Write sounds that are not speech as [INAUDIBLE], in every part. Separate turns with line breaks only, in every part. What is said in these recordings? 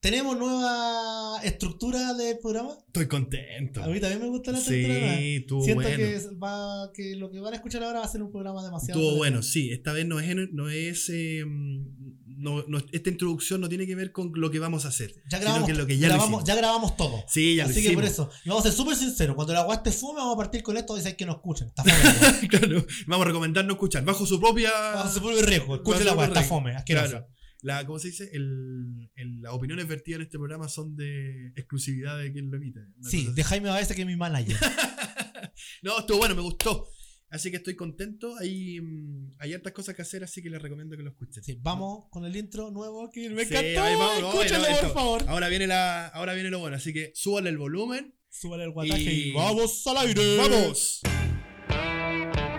Tenemos nueva estructura del programa.
Estoy contento.
A mí también me gusta la estructura.
Sí, estuvo
Siento
bueno.
que, es- va, que lo que van a escuchar ahora va a ser un programa demasiado.
Estuvo bueno, sí. Esta vez no es. en- No es eh, no, no- esta introducción no tiene que ver con lo que vamos a hacer.
Ya
sino
grabamos,
que lo que ya lo
grabamos,
hicimos.
ya grabamos todo.
Sí, ya lo
Así que por
[LAUGHS] hicimos.
eso, y vamos a ser súper sinceros. Cuando la agua esté fome, vamos a partir con esto. Dicen que no escuchan. Está
[LAUGHS]
fome.
Claro, vamos a recomendar no escuchar. Bajo su propia.
la weá. se pone riesgo. Escuchen la
Bajo su
agua,
propio
está
riesgo.
fome. Asquerosa.
Claro. La, ¿Cómo se dice? El, el- las opiniones vertidas en este programa son de exclusividad de quien lo emite. Una
Sí,
cosa así.
de Jaime Baeza que es mi manager.
[LAUGHS] No, estuvo bueno, me gustó. Así que estoy contento. Hay, mm, hay hartas cosas que hacer, así que les recomiendo que lo escuchen.
Sí, vamos con el intro nuevo que me
Sí,
encantó.
ahí vamos, vamos,
Escúchalo,
ahí
por
vamos.
favor.
Ahora viene, la, ahora viene lo bueno, así que súbale el volumen.
Súbale el guataje y...
Y-
vamos al aire.
¡Vamos!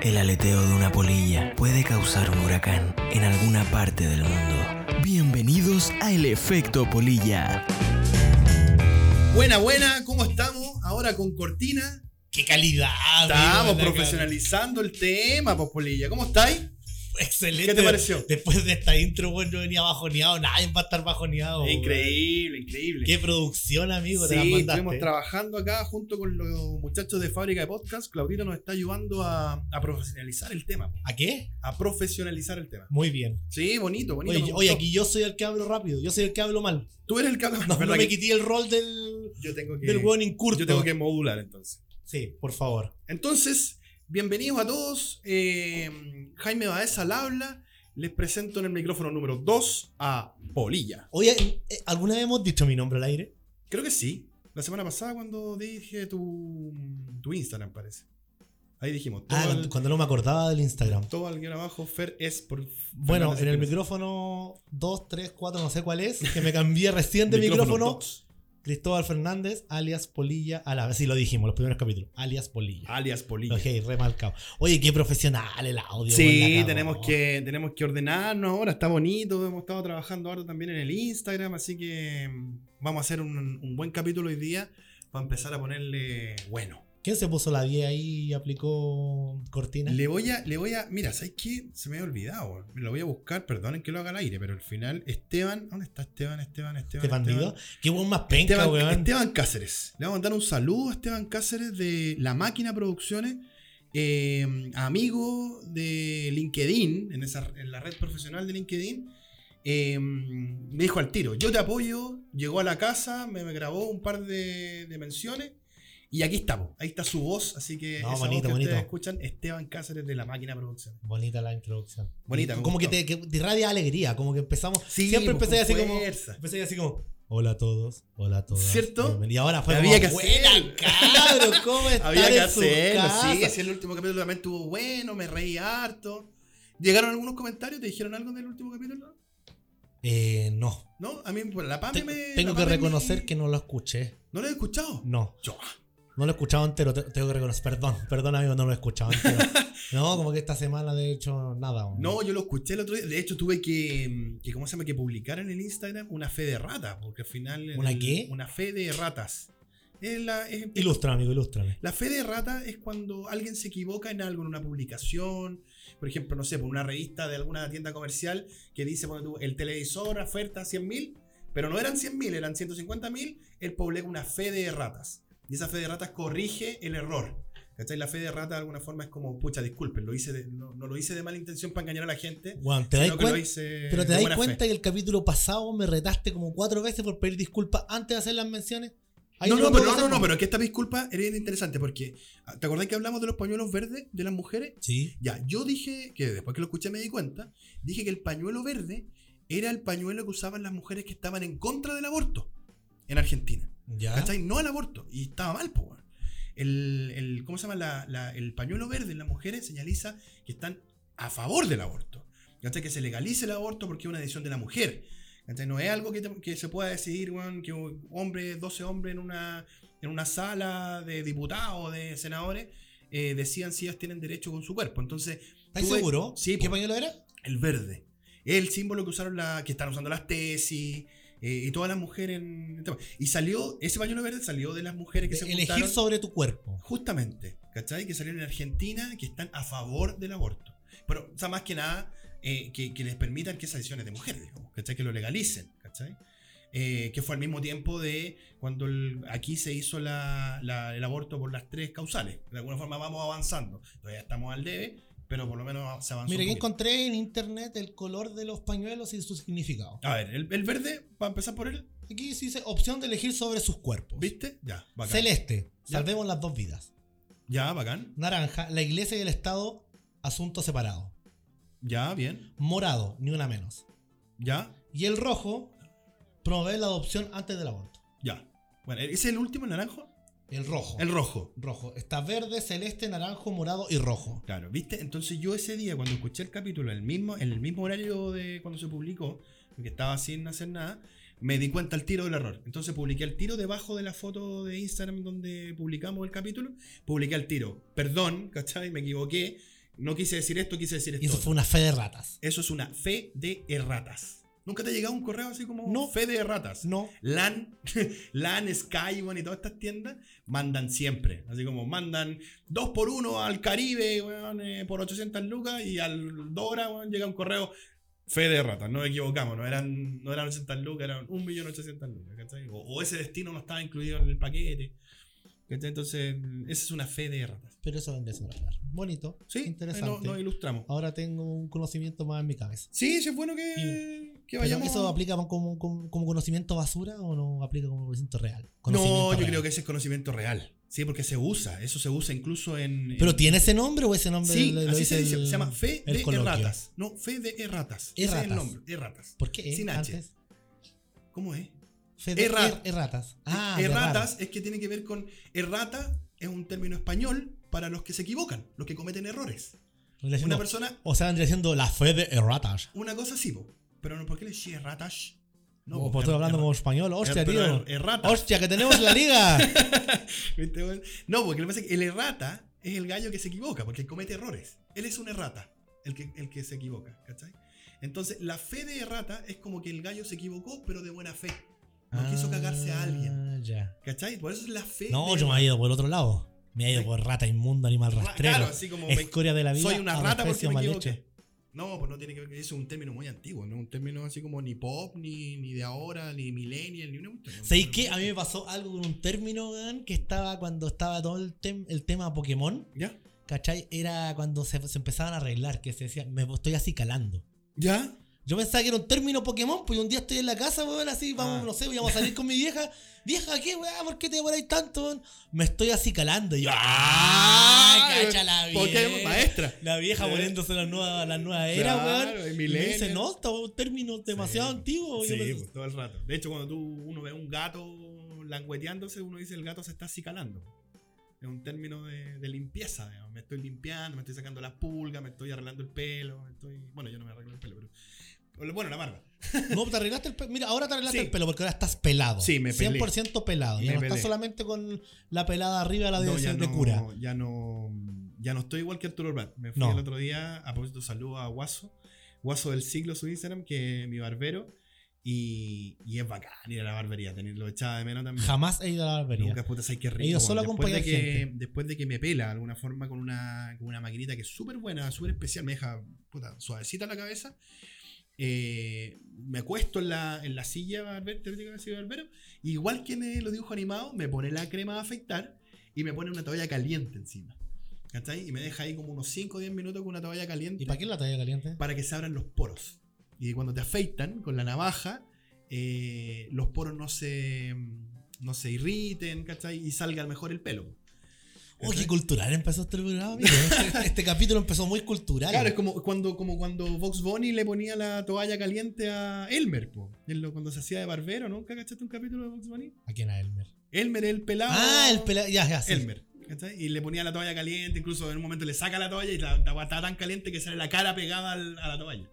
El aleteo de una polilla puede causar un huracán en alguna parte del mundo. Bienvenidos a El Efecto Polilla.
Buena, buena, ¿cómo estamos? Ahora con Cortina.
¡Qué calidad! amigo,
Estamos
la
profesionalizando el tema, Popolilla. ¿Cómo estáis?
cara. Excelente.
¿Qué te pareció?
Después de esta intro, bueno, no venía bajoneado. Nadie va a estar bajoneado. weón.
Eh, Increíble, increíble.
eh. Qué producción, amigo. te la
sí,
mandaste. eh.
estuvimos trabajando acá junto con los muchachos de fábrica de podcast. Claudita nos está ayudando a, a profesionalizar el tema. pues.
¿A qué?
A profesionalizar el tema.
Muy bien.
Sí, bonito, bonito.
Oye,
me
oye,
gustó.
aquí yo soy el que hablo rápido. Yo soy el que hablo mal.
Tú eres el que habla.
No, no
¿Verdad
me
que
quité el rol del,
yo tengo que,
del hueón incurto.
yo tengo que modular entonces.
Sí, por favor.
Entonces, bienvenidos a todos. Eh, Jaime Baez al habla. Les presento en el micrófono número 2 a Polilla.
Oye, ¿eh, ¿alguna vez hemos dicho mi nombre al aire?
Creo que sí. La semana pasada cuando dije tu, tu Instagram, parece. Ahí dijimos. Todo,
Ah,
al-
cuando- cuando no me acordaba del Instagram.
todo al guión abajo, Fer es por...
Bueno,
Fernández
en el
Espinosa.
micrófono 2, 3, 4, no sé cuál es, que me cambié recién de
[LAUGHS] Micrófono
micrófono,
Tox,
Cristóbal Fernández, alias Polilla, a la vez sí lo dijimos, los primeros capítulos, alias Polilla.
alias Polilla.
Lo dejé ahí remarcado. Oye, qué profesional el audio. weón, la
Sí,
cagó.
tenemos que, tenemos que ordenarnos ahora, está bonito, hemos estado trabajando ahora también en el Instagram, así que mm, vamos a hacer un, un buen capítulo hoy día para empezar a ponerle bueno.
¿Quién se puso la 10 ahí y aplicó cortina?
Le voy a, le voy a, mira, ¿sabes qué? Se me había olvidado, me lo voy a buscar, perdonen que lo haga al aire, pero al final, Esteban, ¿dónde está Esteban, Esteban, Esteban?
este bandido. Qué buen más penca,
Esteban,
weón.
Esteban Cáceres. Le vamos a mandar un saludo a Esteban Cáceres de La Máquina Producciones, eh, amigo de LinkedIn, en, esa, en la red profesional de LinkedIn. Eh, me dijo al tiro, yo te apoyo, llegó a la casa, me, me grabó un par de, de menciones y aquí estamos. Ahí está su voz, así que
No,
esa voz
bonito,
que
bonito.
ustedes escuchan, Esteban Cáceres de La Máquina Producciones.
Bonita la introducción.
Bonita, me
Como que
gustó.
te, que te irradia alegría, como que empezamos.
Sí,
siempre
pues,
empecé
con
así como.
fuerza.
Empecé así como. Hola a todos, hola a todas.
¿Cierto?
bienvenidos". Y ahora fue
Había
como,
que hacerlo.
"Buena, cabros,
[LAUGHS]
¿cómo están
Había que
en sus
hacerlo, sí.
casas?".
Si el último capítulo también estuvo bueno, me reí harto. ¿Llegaron algunos comentarios? ¿Te dijeron algo del último capítulo?
Eh, no.
No, a mí bueno, la PAME
Te-
me.
tengo que
la PAME me-
reconocer que no lo escuché.
¿No lo he escuchado?
No,
Yo.
no lo he escuchado entero. te- Tengo que reconocer. Perdón, perdón, amigo, no lo he escuchado
[LAUGHS]
entero. no, como que esta semana de hecho nada. hombre.
No, yo lo escuché el otro día. De hecho, tuve que, mm, que ¿cómo se llama? Que publicar en el Instagram una fe de rata. Porque al final. el-
¿Una qué?
Una fe de ratas. Es la, es-
Ilustra, amigo, ilústrame.
La fe de rata es cuando alguien se equivoca en algo, en una publicación, por ejemplo, no sé, por una revista de alguna tienda comercial que dice, ponte tú, el televisor oferta 100 mil, pero no eran 100 mil, eran 150 mil, él publica una fe de ratas. Y esa fe de ratas corrige el error. ¿Cachai? La fe de rata de alguna forma es como, pucha, disculpen, lo hice de- no, no lo hice de mala intención para engañar a la gente.
Juan, ¿te
sino
das
que lo
cuenta?
hice
Pero te
de
das
buena fe.
cuenta que el capítulo pasado me retaste como cuatro veces por pedir disculpas antes de hacer las menciones. Ahí
No,
lo
no,
puedo
pero, no,
hacer,
no, no, pero es que esta disculpa era bien interesante porque, ¿te acordás que hablamos de los pañuelos verdes de las mujeres?
Sí.
Ya, yo dije que después que lo escuché me di cuenta, dije que el pañuelo verde era el pañuelo que usaban las mujeres que estaban en contra del aborto en Argentina.
Ya.
¿Cachai? No al aborto. Y estaba mal, po. weón. El, el- ¿Cómo se llama? La- la- el pañuelo verde en las mujeres señaliza que están a favor del aborto. ¿Cachai? Que se legalice el aborto porque es una decisión de la mujer. ¿Cachai? No es algo que, te- que se pueda decidir, weón, que un hombre, 12 hombres en una, en una sala de diputados o de senadores eh, decidan si ellos tienen derecho con su cuerpo. Entonces,
¿Estás
tuve-
seguro?
Sí,
¿Qué
po.
pañuelo era?
el verde. El símbolo que usaron la, que están usando las tesis eh, y todas las mujeres en el tema. Y salió, ese pañuelo verde salió de las mujeres que
De
se
elegir
juntaron Ah,
sobre tu cuerpo.
justamente, ¿cachai? Que salieron en Argentina que están a favor del aborto. Pero, o sea, más que nada, eh, que, que les permitan que esas decisiones de mujeres, digamos, ¿cachai? Que lo legalicen, ¿cachai? eh, que fue al mismo tiempo de cuando el- aquí se hizo la- la- el aborto por las tres causales. De alguna forma vamos avanzando. Todavía estamos al debe, pero por lo menos se avanzó.
Mire,
un
yo
poquito.
encontré en internet el color de los pañuelos y su significado.
A ver, el, el verde, para empezar por él,
Aquí se dice opción de elegir sobre sus cuerpos.
¿viste? Ya, bacán.
Celeste,
Ya.
salvemos las dos vidas.
Ya, bacán.
Naranja, la iglesia y el Estado, asunto separado.
Ya, bien.
Morado, ni una menos.
Ya,
Y el rojo, promover la adopción antes del aborto.
ya. Bueno, ¿ese es el último, el naranjo?
El rojo.
El rojo.
rojo. Está verde, celeste, naranjo, morado y rojo.
Claro, ¿viste? Entonces yo ese día, cuando escuché el capítulo, el mismo, en el mismo horario de cuando se publicó, porque estaba sin hacer nada, me di cuenta al tiro del error. Entonces publiqué el tiro debajo de la foto de Instagram donde publicamos el capítulo, publiqué el tiro. Perdón, ¿cachai? Me equivoqué. No quise decir esto, quise decir
Y eso
esto.
fue una fe de ratas.
Eso es una fe de erratas. ¿Nunca te ha llegado un correo así como
No.
fe de erratas?
No.
LAN, [LAUGHS] LAN, Sky, bueno, y todas estas tiendas mandan siempre. Así como mandan 2 por 1 al Caribe weón, eh, por 800 lucas y al Dora weón, llega un correo. Fe de ratas, no nos equivocamos, no eran, no eran 800 lucas, eran 1.800.000 lucas. ¿cachai? O, o ese destino no estaba incluido en el paquete. ¿cachai? Entonces, esa es una fe de ratas.
Pero eso vendría siendo hablar. Bonito.
Sí,
Interesante.
Interesante. Nos ilustramos.
Ahora tengo un conocimiento más en mi cabeza.
Sí, sí, es bueno que, que
Pero
vayamos.
¿Eso aplica como, como- como conocimiento basura o no aplica como conocimiento real?
No,
Conocimiento
yo
real.
creo que ese es conocimiento real. Sí, porque se usa. Eso se usa incluso en.
¿Pero
en-
tiene ese nombre o ese nombre
Sí,
lo- lo
así se
dice
dice.
el-
se llama fe
el
de
coloquio?
erratas. No, fe de erratas. Ese es el
Erratas.
nombre. Erratas.
¿Por qué?
Sin H.
Antes,
¿Cómo es?
fe de
Erra-
er- erratas. Ah, de
erratas
ratas.
es que tiene que ver con. Errata es un término español para los que se equivocan, los que cometen errores.
Vendría
Una
siendo-
persona.
O sea, vendría siendo la fe de erratas.
Una cosa sí, po, pero no, ¿por qué le decís erratas? No,
o
po,
por todo Oh, pues
er-
hablando
erra-
como español.
er-
Hostia,
pero
tío.
er- Errata.
Hostia, que tenemos la liga.
¿Viste, weón? No, porque lo que pasa es que el errata es el gallo que se equivoca, porque comete errores. Él es un errata, el que, el que se equivoca, ¿cachai? Entonces, la fe de errata es como que el gallo se equivocó, pero de buena fe. [LAUGHS] No quiso cagarse a alguien,
Ah, Ya.
¿cachai? Por eso es la fe.
No,
de
yo me
errata.
he ido por el otro lado. Me he ido
Sí.
por rata inmunda, animal
Ra-
rastrero.
Claro, así como me-
escoria de la vida.
soy una rata porque
adefesio
me
mal
equivoqué.
hecho.
No, pues no tiene que ver, es un término muy antiguo, no un término así como ni pop, ni, ni de ahora, ni millennial, ni una cuestión, un
¿Sabéis
término
qué?
muy
A mí me
antiguo.
pasó algo con un término, weón, que estaba cuando estaba todo el, tem- el tema Pokémon.
¿Ya?
¿Cachai? Era cuando se, se empezaban a arreglar, que se decía, me estoy así calando.
¿Ya?
Yo pensaba que era un término Pokémon, pues y un día estoy en la casa, weón, así, vamos,
Ah.
no sé, vamos a salir con mi vieja. [LAUGHS] Vieja, ¿qué, weón? ¿Por qué te demoráis tanto, weón? Me estoy así calando. Y yo, ¡ah! ¡Cacha la
Pokémon,
vieja!
maestra.
La vieja
Sí.
poniéndose la nueva, la nueva era, weón.
y
Y me dice,
millennial.
no, está un término demasiado
Sí,
antiguo. Yo
Sí,
pensé-
pues, todo el rato. De hecho, cuando tú, uno ve un gato langueteándose, uno dice el gato se está acicalando. Es un término de, de limpieza. digamos. Me estoy limpiando, me estoy sacando las pulgas, me estoy arreglando el pelo. me estoy... Bueno, yo no me arreglo el pelo, pero. Bueno, la barba.
No, te arreglaste el pelo. Mira, ahora te arreglaste
Sí.
el pelo porque ahora estás pelado.
Sí, me pelé.
100% pelado. Ya
Me
no
pelé.
estás solamente con la pelada arriba, la de,
No, ya
de
no,
cura.
Ya no, ya no estoy igual que Arturo Brad. Me fui
No.
el otro día, a propósito, saludo a Guaso. Guaso del siglo, su Instagram, que es mi barbero. Y, y es bacán ir a la barbería, tenerlo echada de menos también.
Jamás he ido a la barbería.
Nunca, puta, sabes qué rico.
ido solo a
weón. después, de
acompañar
que,
gente.
después de que me pela de alguna forma con una, con una maquinita que es súper buena, súper especial, me deja puta, suavecita la cabeza. eh, me acuesto en la, en la silla barber- te digo que soy barbero, y igual que en los dibujos animados, me pone la crema a afeitar y me pone una toalla caliente encima. ¿Cachai? Y me deja ahí como unos 5 o 10 minutos con una toalla caliente
¿Y para qué la talla caliente?
para que se abran los poros. Y cuando te afeitan con la navaja, eh, los poros no se, no se irriten, ¿cachai? Y salga mejor el pelo.
Oh, qué cultural empezó este programa, amigo. Este, este capítulo empezó muy cultural.
Claro, es como cuando, como cuando Vox Bunny le ponía la toalla caliente a Elmer, po. En lo- Cuando se hacía de barbero, ¿nunca cachaste un capítulo de Vox Bunny?
¿A quién a Elmer?
Elmer, el pelado.
Ah, el pelado. Ya, ya, sí.
Elmer. ¿cachai? Y le ponía la toalla caliente, incluso en un momento le saca la toalla y la, la agua está tan caliente que sale la cara pegada al- a la toalla.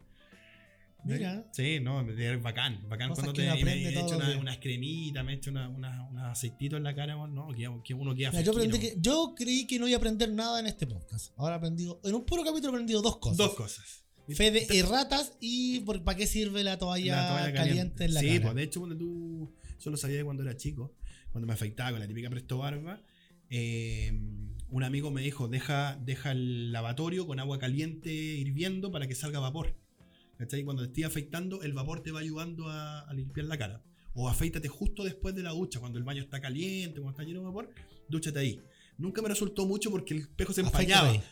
Mira.
Sí, no, es bacán. Bacán
Cosas
cuando
que
te
uno
y me-
aprende
me he
todos
hecho
los
una,
días.
unas cremitas, me he hecho una- una- unos aceititos en la cara, weón, no, que, que uno queda
Mira, yo,
fresquito.
aprendí que, yo creí que no iba a aprender nada en este podcast. Ahora he aprendido. En un puro capítulo he aprendido dos cosas.
Dos cosas.
Fe de erratas y por, para qué sirve la toalla,
La toalla
caliente. en la
sí,
cara.
pues de hecho cuando tú, yo lo sabía de cuando era chico, cuando me afeitaba con la típica presto barba, eh, un amigo me dijo, deja, deja el lavatorio con agua caliente hirviendo para que salga vapor. ¿Cachai? Cuando te estés afeitando, el vapor te va ayudando a, a limpiar la cara. O afeítate justo después de la ducha, cuando el baño está caliente, cuando está lleno de vapor, dúchate ahí. Nunca me resultó mucho porque el espejo se empañaba.
Afeítate.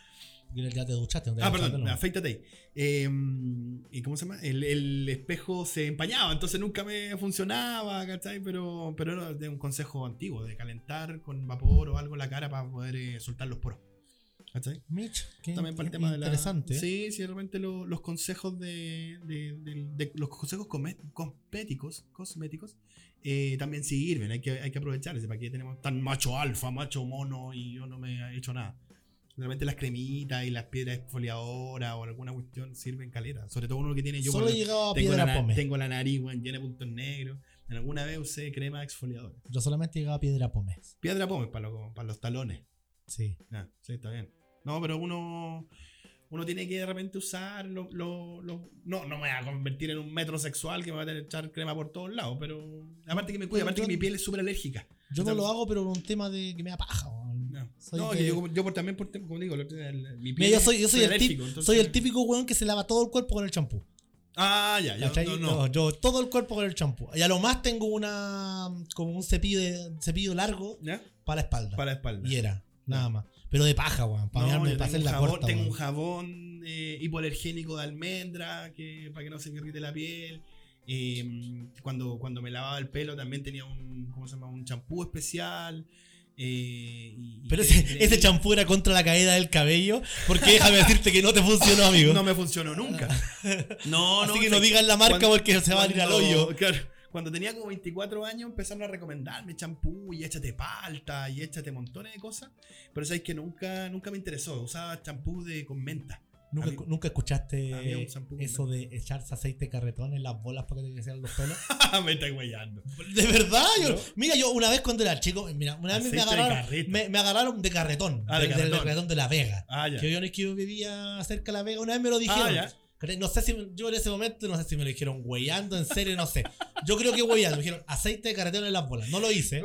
Mira, Ya te duchaste. no te
Ah,
duchaste,
perdón,
no.
afeítate ahí. Eh, ¿Y cómo se llama? El, el espejo se empañaba, entonces nunca me funcionaba, ¿cachai? Pero, pero era de un consejo antiguo, de calentar con vapor o algo la cara para poder eh, soltar los poros. ¿Cachai?
Mitch, qué,
También para el
qué
tema de la-
interesante. ¿eh?
Sí, sí, realmente lo- los consejos de, de- de- de- los consejos come- cosméticos, cosméticos eh, también sirven, hay que, hay que aprovechar ese paquete tenemos tan macho alfa, macho mono y yo no me he hecho nada. Realmente las cremitas y las piedras exfoliadoras o alguna cuestión sirven calera, sobre todo uno que tiene yo
Solo
por-
llegaba a
tengo, la,
Piedra
na-
Pómez.
tengo la nariz weón, llena de puntos negros. En alguna vez usé crema exfoliadora.
Yo solamente llegaba a Piedra Pómez.
Piedra pómez para los- para los talones.
Sí.
Ah, sí, está bien. No, pero uno, uno tiene que de repente usar lo, lo- lo- no, no me voy a convertir en un metrosexual que me va a tener que echar crema por todos lados, pero aparte que me cuida,
Pero
aparte
yo-
que mi piel es súper alérgica.
Yo no
Entonces-
lo hago, pero por un tema de que me da paja. weón.
No,
Soy
No,
de-
yo, yo por- también por tem- como digo, el otro día, el- mi
Mira, yo soy, yo soy, el,
alérgico,
tip-
entonces-
soy el típico weón que se lava todo el cuerpo con el champú.
Ah, ya, ya.
¿Cachai?
No,
No,
no.
yo todo el cuerpo con el champú. Y a lo más tengo una como un cepillo de- cepillo largo
¿Ya?
para la espalda.
Para la espalda.
Y era, nada más. Pero de paja, weón. Para
No,
mearme,
yo
para
tengo
hacer
un
la
jabón,
corta.
tengo un
weón.
jabón eh, hipoalergénico de almendra que, para que no se me irrite la piel. Eh, cuando, cuando me lavaba el pelo también tenía un ¿cómo se llama? un champú especial. eh, y- y
Pero
crema-
ese, ese champú era contra la caída del cabello. Porque déjame decirte que no te funcionó, amigo.
[LAUGHS] no me funcionó
[LAUGHS]
nunca. No,
Así
no,
que
o sea,
no digas la marca
cuando-
porque se va a ir al
cuando-
hoyo.
claro, cuando tenía como 24 años empezaron a recomendarme champú y échate palta y échate montones de cosas. Pero sabéis que nunca, nunca me interesó. Usaba champú de con menta. [LAUGHS]
¿Nunca,
A mí-
nunca
a mí
escuchaste
un champú con
eso de echarse aceite de carretón en las bolas para que te crecieran los pelos?
me estáis guayando.
De verdad, yo.
¿No?
Mira, yo una vez cuando era chico, mira, una vez me
Aceite de
agarraron.
carreta.
Me, me agarraron de carretón.
Ah, de
del- del
carretón.
de la Vega.
Ah, ya. Ah,
Que yo no es que yo vivía cerca de la Vega. Una vez me lo dijeron.
ya.
¿Cachai? No sé si yo en ese momento, no sé si me lo dijeron huellando, en serio, no sé. Yo creo que huellando. Me dijeron aceite de carretón en las bolas. No lo hice.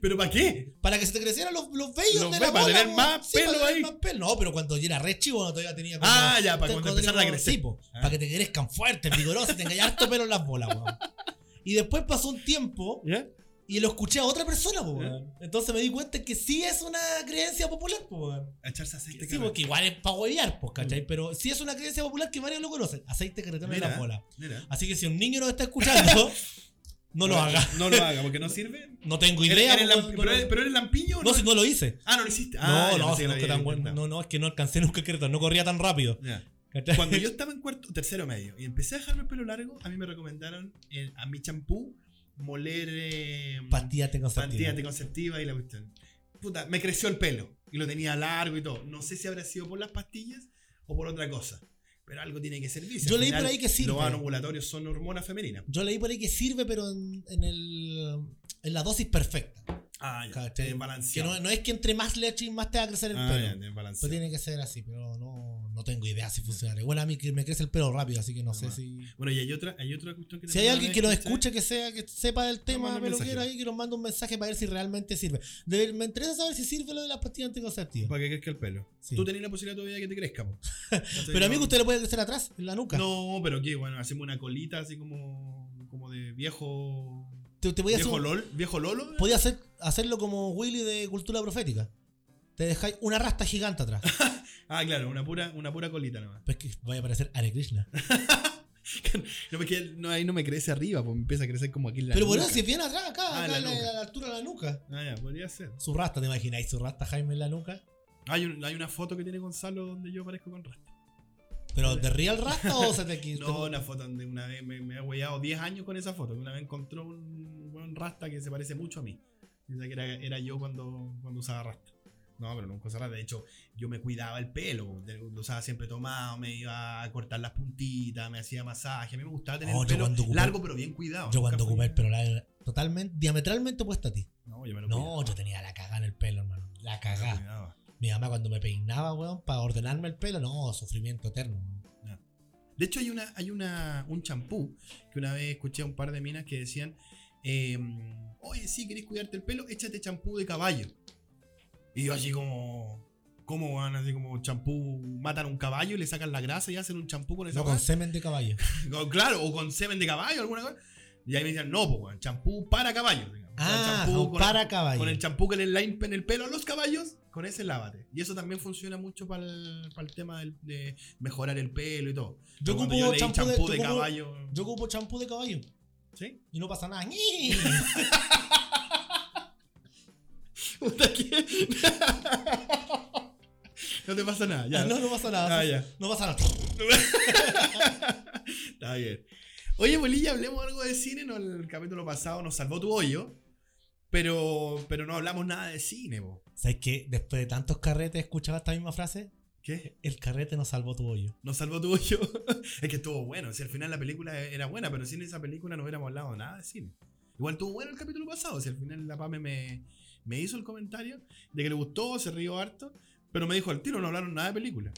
¿Pero para qué?
Para que se te crecieran los, los vellos
Los
de la
ve- para
bola,
tener
po.
más
para
pelo
tener
ahí.
más pelo. No, pero cuando yo era re chico, cuando todavía tenía como-
Ah, ya, para cuando
tenía
empezaron a
como-
crecer.
sí, po,
Ah.
para que te crezcan fuertes, vigorosos, y tengas harto pelo en las bolas, weón. Y después pasó un tiempo
¿Ya?
y lo escuché a otra persona, po,
Ya.
weón. Entonces me di cuenta que sí es una creencia popular, po, weón.
Echarse aceite
Sí,
carretón.
porque igual es para huevear, pues, ¿cachai? Pero sí es una creencia popular que varios lo conocen. Aceite de carretón en
Mm. Mira.
las bolas.
Mira.
Así que si un niño nos está
[LAUGHS]
escuchando, no lo haga.
No lo haga, porque
[LAUGHS]
no sirve.
No tengo
¿Eres-
idea.
eres
po,
lam-
no,
¿Pero, eres,
no,
pero eres lampiño? o
no, si no lo hice.
Ah, no lo hiciste. Ah, ya
no, no, si
pensé que
no,
lo
que
había
tan bueno.
intentado.
No, no, es que no alcancé nunca el carretón, no corría tan rápido.
Ya.
¿cachai?
Cuando yo estaba en cuarto, tercero medio y empecé a dejarme el pelo largo, a mí me recomendaron eh, a mi champú moler eh,
Pastillas te
pastilla
consentía.
anticonceptiva y la cuestión. Puta, me creció el pelo y lo tenía largo y todo. No sé si habrá sido por las pastillas o por otra cosa, pero algo tiene que servir. Si
Yo
al
leí
final
por ahí que pues. sirve.
Los anovulatorios son hormonas femeninas.
Yo leí por ahí que sirve, pero en, en el, en la dosis perfecta.
Ah, ya.
¿cachai? Que
Desbalanceado.
no, no es que entre más leche y más te va a crecer el
Ah,
pelo.
ya,
Pues
desbalanceado.
tiene que ser así, pero no, no tengo idea si funcionará. Igual a mí que me crece el pelo rápido, así que no sé
Ajá.
si.
Bueno, y hay otra, hay otra cuestión que
Si hay
también
alguien que nos
una vez escuché.
escuche, que sea, que sepa del tema
manda un
peluquero
mensaje.
ahí, que nos mande un mensaje para ver si realmente sirve. De- me interesa saber si sirve lo de las pastillas anticonceptivas.
Para que crezca el pelo.
Sí.
Tú tenés la posibilidad todavía de que te
[LAUGHS]
crezca. po. Entonces,
Pero
no-
amigo, usted le puede crecer atrás, en la nuca.
No, pero que bueno, hacemos una colita así como, como de viejo.
Te, te voy a hacer
Viejo,
un-
lol, viejo Lolo.
podía hacer, hacerlo como Willy de cultura profética. Te dejáis una rasta gigante
[LAUGHS]
atrás.
Ah, claro, una pura, una pura colita nomás.
Pues que vaya a parecer Hare Krishna.
No, porque él no, ahí no me crece arriba, pues me empieza a crecer como aquí en la
Pero bueno,
nuca.
si viene atrás, acá,
Ah,
acá
en la
a la-
nuca.
a la altura de la nuca.
Ah, ya, podría ser.
Su rasta, ¿te imagináis? Su rasta Jaime en la nuca.
Hay, un- hay una foto que tiene Gonzalo donde yo aparezco con rasta.
¿Pero de real rasta o se te quita?
No, una foto donde una vez me, me he huellado 10 años con esa foto. que Una vez encontró un buen rasta que se parece mucho a mí. Pensaba que era, era yo cuando, cuando usaba rasta. No, pero nunca usaba rasta. De hecho, yo me cuidaba el pelo. de- Lo usaba siempre tomado, me iba a cortar las puntitas, me hacía masaje. A mí me gustaba tener
Oh,
el
yo
pelo
cuando ocupé-
largo pero bien cuidado.
Yo
Nunca
cuando
fui-
ocupé el pelo largo, totalmente, diametralmente opuesto a ti.
No, yo me lo
No,
cuidaba.
yo tenía la cagada en el pelo, hermano. La
Me lo
cagada.
cuidaba.
Mi mamá cuando me peinaba, weón, para ordenarme el pelo, no, sufrimiento eterno. weón.
De hecho, hay una, hay una, un champú que una vez escuché a un par de minas que decían: eh, Oye, si querés cuidarte el pelo, échate champú de caballo. Y yo, así como, ¿cómo van? Así como champú, matan a un caballo y le sacan la grasa y hacen un champú con esa
No, con
weá.
semen de caballo.
Claro, o con semen de caballo, alguna cosa. Y ahí me decían, no, pues, weón, champú para caballos. digamos. O sea,
Ah,
champú
son
con-
para caballo.
Con el champú que le la en el pelo a los caballos, con ese lávate. Y eso también funciona mucho para el, tema del- de mejorar el pelo y todo.
Yo
Pero cuando
ocupo
leí
champú de-
champú de,
yo ocupo-
caballo.
Yo ocupo champú de caballo
¿Sí?
y no pasa nada.
[LAUGHS] Puta, ¿qué? [LAUGHS] no te pasa nada, ya.
No, no pasa nada.
Ah, ya.
No pasa nada.
[LAUGHS] Está bien. Oye, Bolilla, hablemos algo de cine. No, el capítulo pasado nos salvó tu hoyo. Pero, pero no hablamos nada de cine, po.
¿Sabes qué? Después de tantos carretes escuchaba esta misma frase.
¿Qué?
El carrete nos salvó tu hoyo.
Nos salvó tu hoyo. [LAUGHS] es que estuvo bueno. Si al final la película era buena, pero sin esa película no hubiéramos hablado nada de cine. Igual estuvo bueno el capítulo pasado. Si al final la Pame me, me hizo el comentario de que le gustó, se rió harto, pero me dijo al tiro, no hablaron nada de película.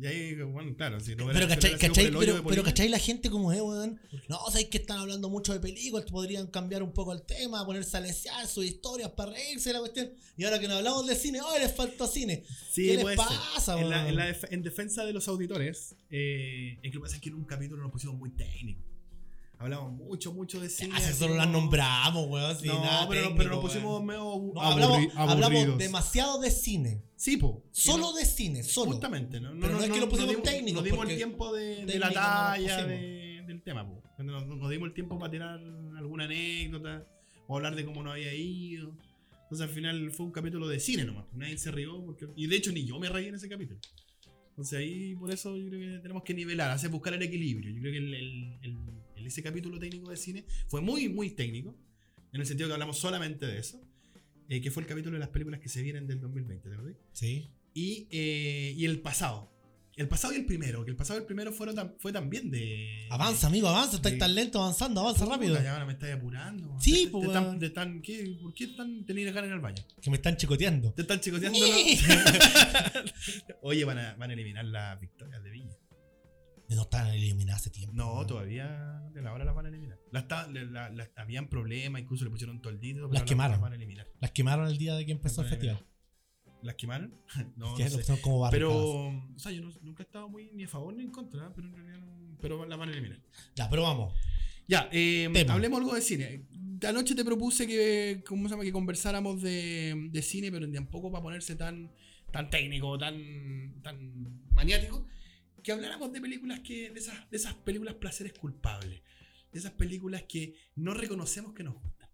Y ahí, bueno, claro, si no hubiera-
Pero
si
cachai,
hubiera sido por
cachai,
el hoyo de
pero, pero
Bolivia-
cachai la gente como es, weón. No, sabéis que están hablando mucho de películas, podrían cambiar un poco el tema, ponerse a lesear sus historias para reírse de la cuestión. Y ahora que no hablamos de cine, ¡ay, les faltó cine!
Sí,
¿Qué les
puede
pasa,
ser. en, la-
weón?
en la def- en defensa de los auditores, eh, es que lo que pasa es que en un capítulo nos pusimos muy técnicos. Hablamos mucho, mucho de cine.
Ah, si
así
solo las
como-
nombramos, weón. sin
No,
nada
pero,
técnico,
pero nos
weón.
pusimos medio abu-
No,
aburri-
hablamos, hablamos
aburridos.
demasiado de cine.
Sí, po.
Solo
Sí,
de cine,
no,
solo.
Justamente, ¿no?
Pero no es que lo pusimos
dimos-
técnico,
No dimos
porque
el tiempo de, de
técnico
la
no lo
talla
pusimos.
de- del tema, po. No, no- no dimos el tiempo para tirar alguna anécdota o hablar de cómo nos había ido. Entonces al final fue un capítulo de cine nomás. Nadie se rió. Porque, y de hecho ni yo me reí en ese capítulo. Entonces ahí por eso yo creo que tenemos que nivelar, hacer buscar el equilibrio. Yo creo que el, el- el- el- ese capítulo técnico de cine fue muy, muy técnico. En el sentido que hablamos solamente de eso. eh, que fue el capítulo de las películas que se vienen del 2020, ¿te acordás?
Sí.
y, eh, y el pasado. El pasado y el primero, que el pasado y el primero fueron tam- fue también de.
Avanza, amigo, avanza.
Sí.
Estás tan lento avanzando, avanza
Puta,
rápido.
ya ahora me estás apurando. man.
Sí,
Te-
po,
te están-
weón.
te están- ¿qué? ¿Por qué están teniendo ganas en el baño?
Que me están chicoteando.
Te están
[LAUGHS]
chicoteando. ¿no? Oye, van a, van a eliminar las victorias de Viña.
No están eliminadas hace tiempo.
No,
weón.
todavía de la hora las van a eliminar. Las ta- la- la- las- habían problemas, incluso le pusieron toldito. pero
Las
ahora
quemaron.
Las van a eliminar.
Las quemaron el día de que empezó el
Van a eliminar.
festival.
¿Las quemaron? [LAUGHS] no,
Que
no
es lo
sé.
que son como barricadas.
Pero, o sea, yo no- nunca he estado muy ni a favor ni en contra, ¿eh? pero en realidad no- pero las van a eliminar.
Ya, pero vamos.
Ya, eh,
Tema.
hablemos algo de cine. Anoche te propuse que, ¿cómo se llama? que conversáramos de, de cine, pero tampoco para ponerse tan, tan técnico, tan, tan maniático, que habláramos de películas que, de esas, de esas películas placeres culpables, de esas películas que no reconocemos que nos gustan.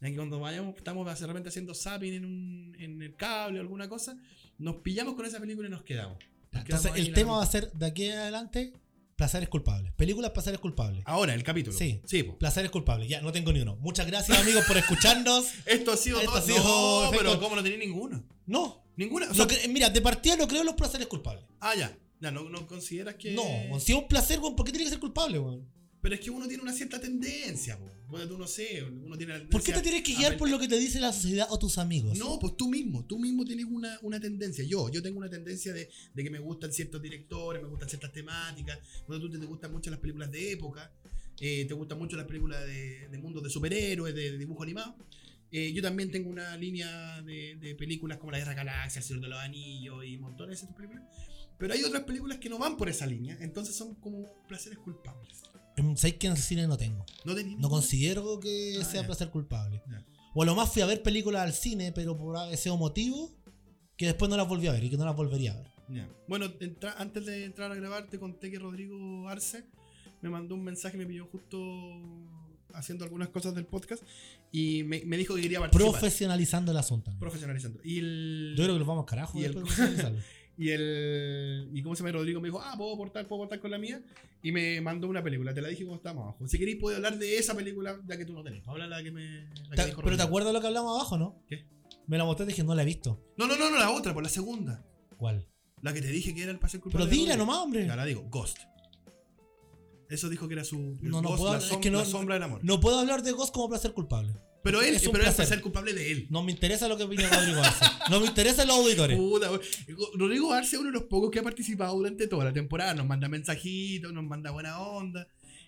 De que cuando vayamos, estamos de repente haciendo zapping en, un- en el cable o alguna cosa, nos pillamos con esa película y nos quedamos. Nos quedamos
Entonces,
ahí
el
la-
tema va a ser de aquí en adelante: placeres culpables. Películas, placeres culpables.
Ahora, el capítulo.
Sí.
Sí, po.
Placeres culpables. Ya, no tengo ni uno. Muchas gracias, amigos, por escucharnos. [LAUGHS]
Esto ha sido
Esto
todo.
ha sido
no, pero
efecto-
¿cómo no tenía ninguno?
No.
Ninguna. o
no
sea,
cre- mira, de partida no creo en los placeres culpables.
Ah, ya. Ya, no, no consideras que.
No, weón, si es un placer, weón, ¿por qué tiene que ser culpable, weón?
Pero es que uno tiene una cierta tendencia, po. Bueno, tú no sé. Uno tiene la
¿Por qué
tendencia
te tienes que
a
guiar
pe-
por lo que te dice la sociedad o tus amigos?
No, pues tú mismo. Tú mismo tienes una, una tendencia. Yo, yo tengo una tendencia de, de que me gustan ciertos directores, me gustan ciertas temáticas. Bueno, tú te, te gustan mucho las películas de época. eh, te gustan mucho las películas de, de mundos de superhéroes, de, de dibujo animado. Eh, yo también tengo una línea de, de películas como La Guerra de las Galaxias, El Señor de los Anillos y montones de esas películas. Pero hay otras películas que no van por esa línea, entonces son como placeres culpables.
Em, ¿Sabes que en el cine no tengo?
No tenía
No considero que
Ah,
sea
ya.
placer culpable.
Ya.
O a lo más fui a ver películas al cine, pero por ese motivo, que después no las volví a ver y que no las volvería a ver.
Ya. Bueno, entra- antes de entrar a grabar, te conté que Rodrigo Arce me mandó un mensaje, me pidió justo haciendo algunas cosas del podcast y me, me dijo que quería participar.
Profesionalizando el asunto. amigo.
Profesionalizando. Y el,
Yo creo que los vamos al carajo
Y el-
después de
[LAUGHS]
profesionalizarlo.
y el. Y cómo se llama Rodrigo me dijo, ah, puedo aportar, puedo aportar con la mía. Y me mandó una película, te la dije cuando estábamos abajo. Si queréis, puedo hablar de esa película, ya que tú no tenés. Habla la que me. la que
Ta- pero
dijo
te
Rodrigo.
acuerdas lo que hablamos abajo, ¿no?
¿Qué?
Me la mostré y dije, no la he visto.
No, no, no, no, la otra, por la segunda.
¿Cuál?
La que te dije que era el paseo
Pero
culpable. de
dila
Rodrigo.
nomás, hombre.
Ya la digo, Ghost. Eso dijo que era su. el
No, no
Ghost,
puedo
la,
hablar,
som-
es que no-
la sombra del amor.
No puedo hablar de Ghost como placer culpable.
pero él,
es un
pero él
placer.
es el culpable de él.
No me interesa lo que opina Rodrigo Arce. No me interesan los auditores.
Puta, we- Rodrigo Arce es uno de los pocos que ha participado durante toda la temporada. Nos manda mensajitos, nos manda buena onda.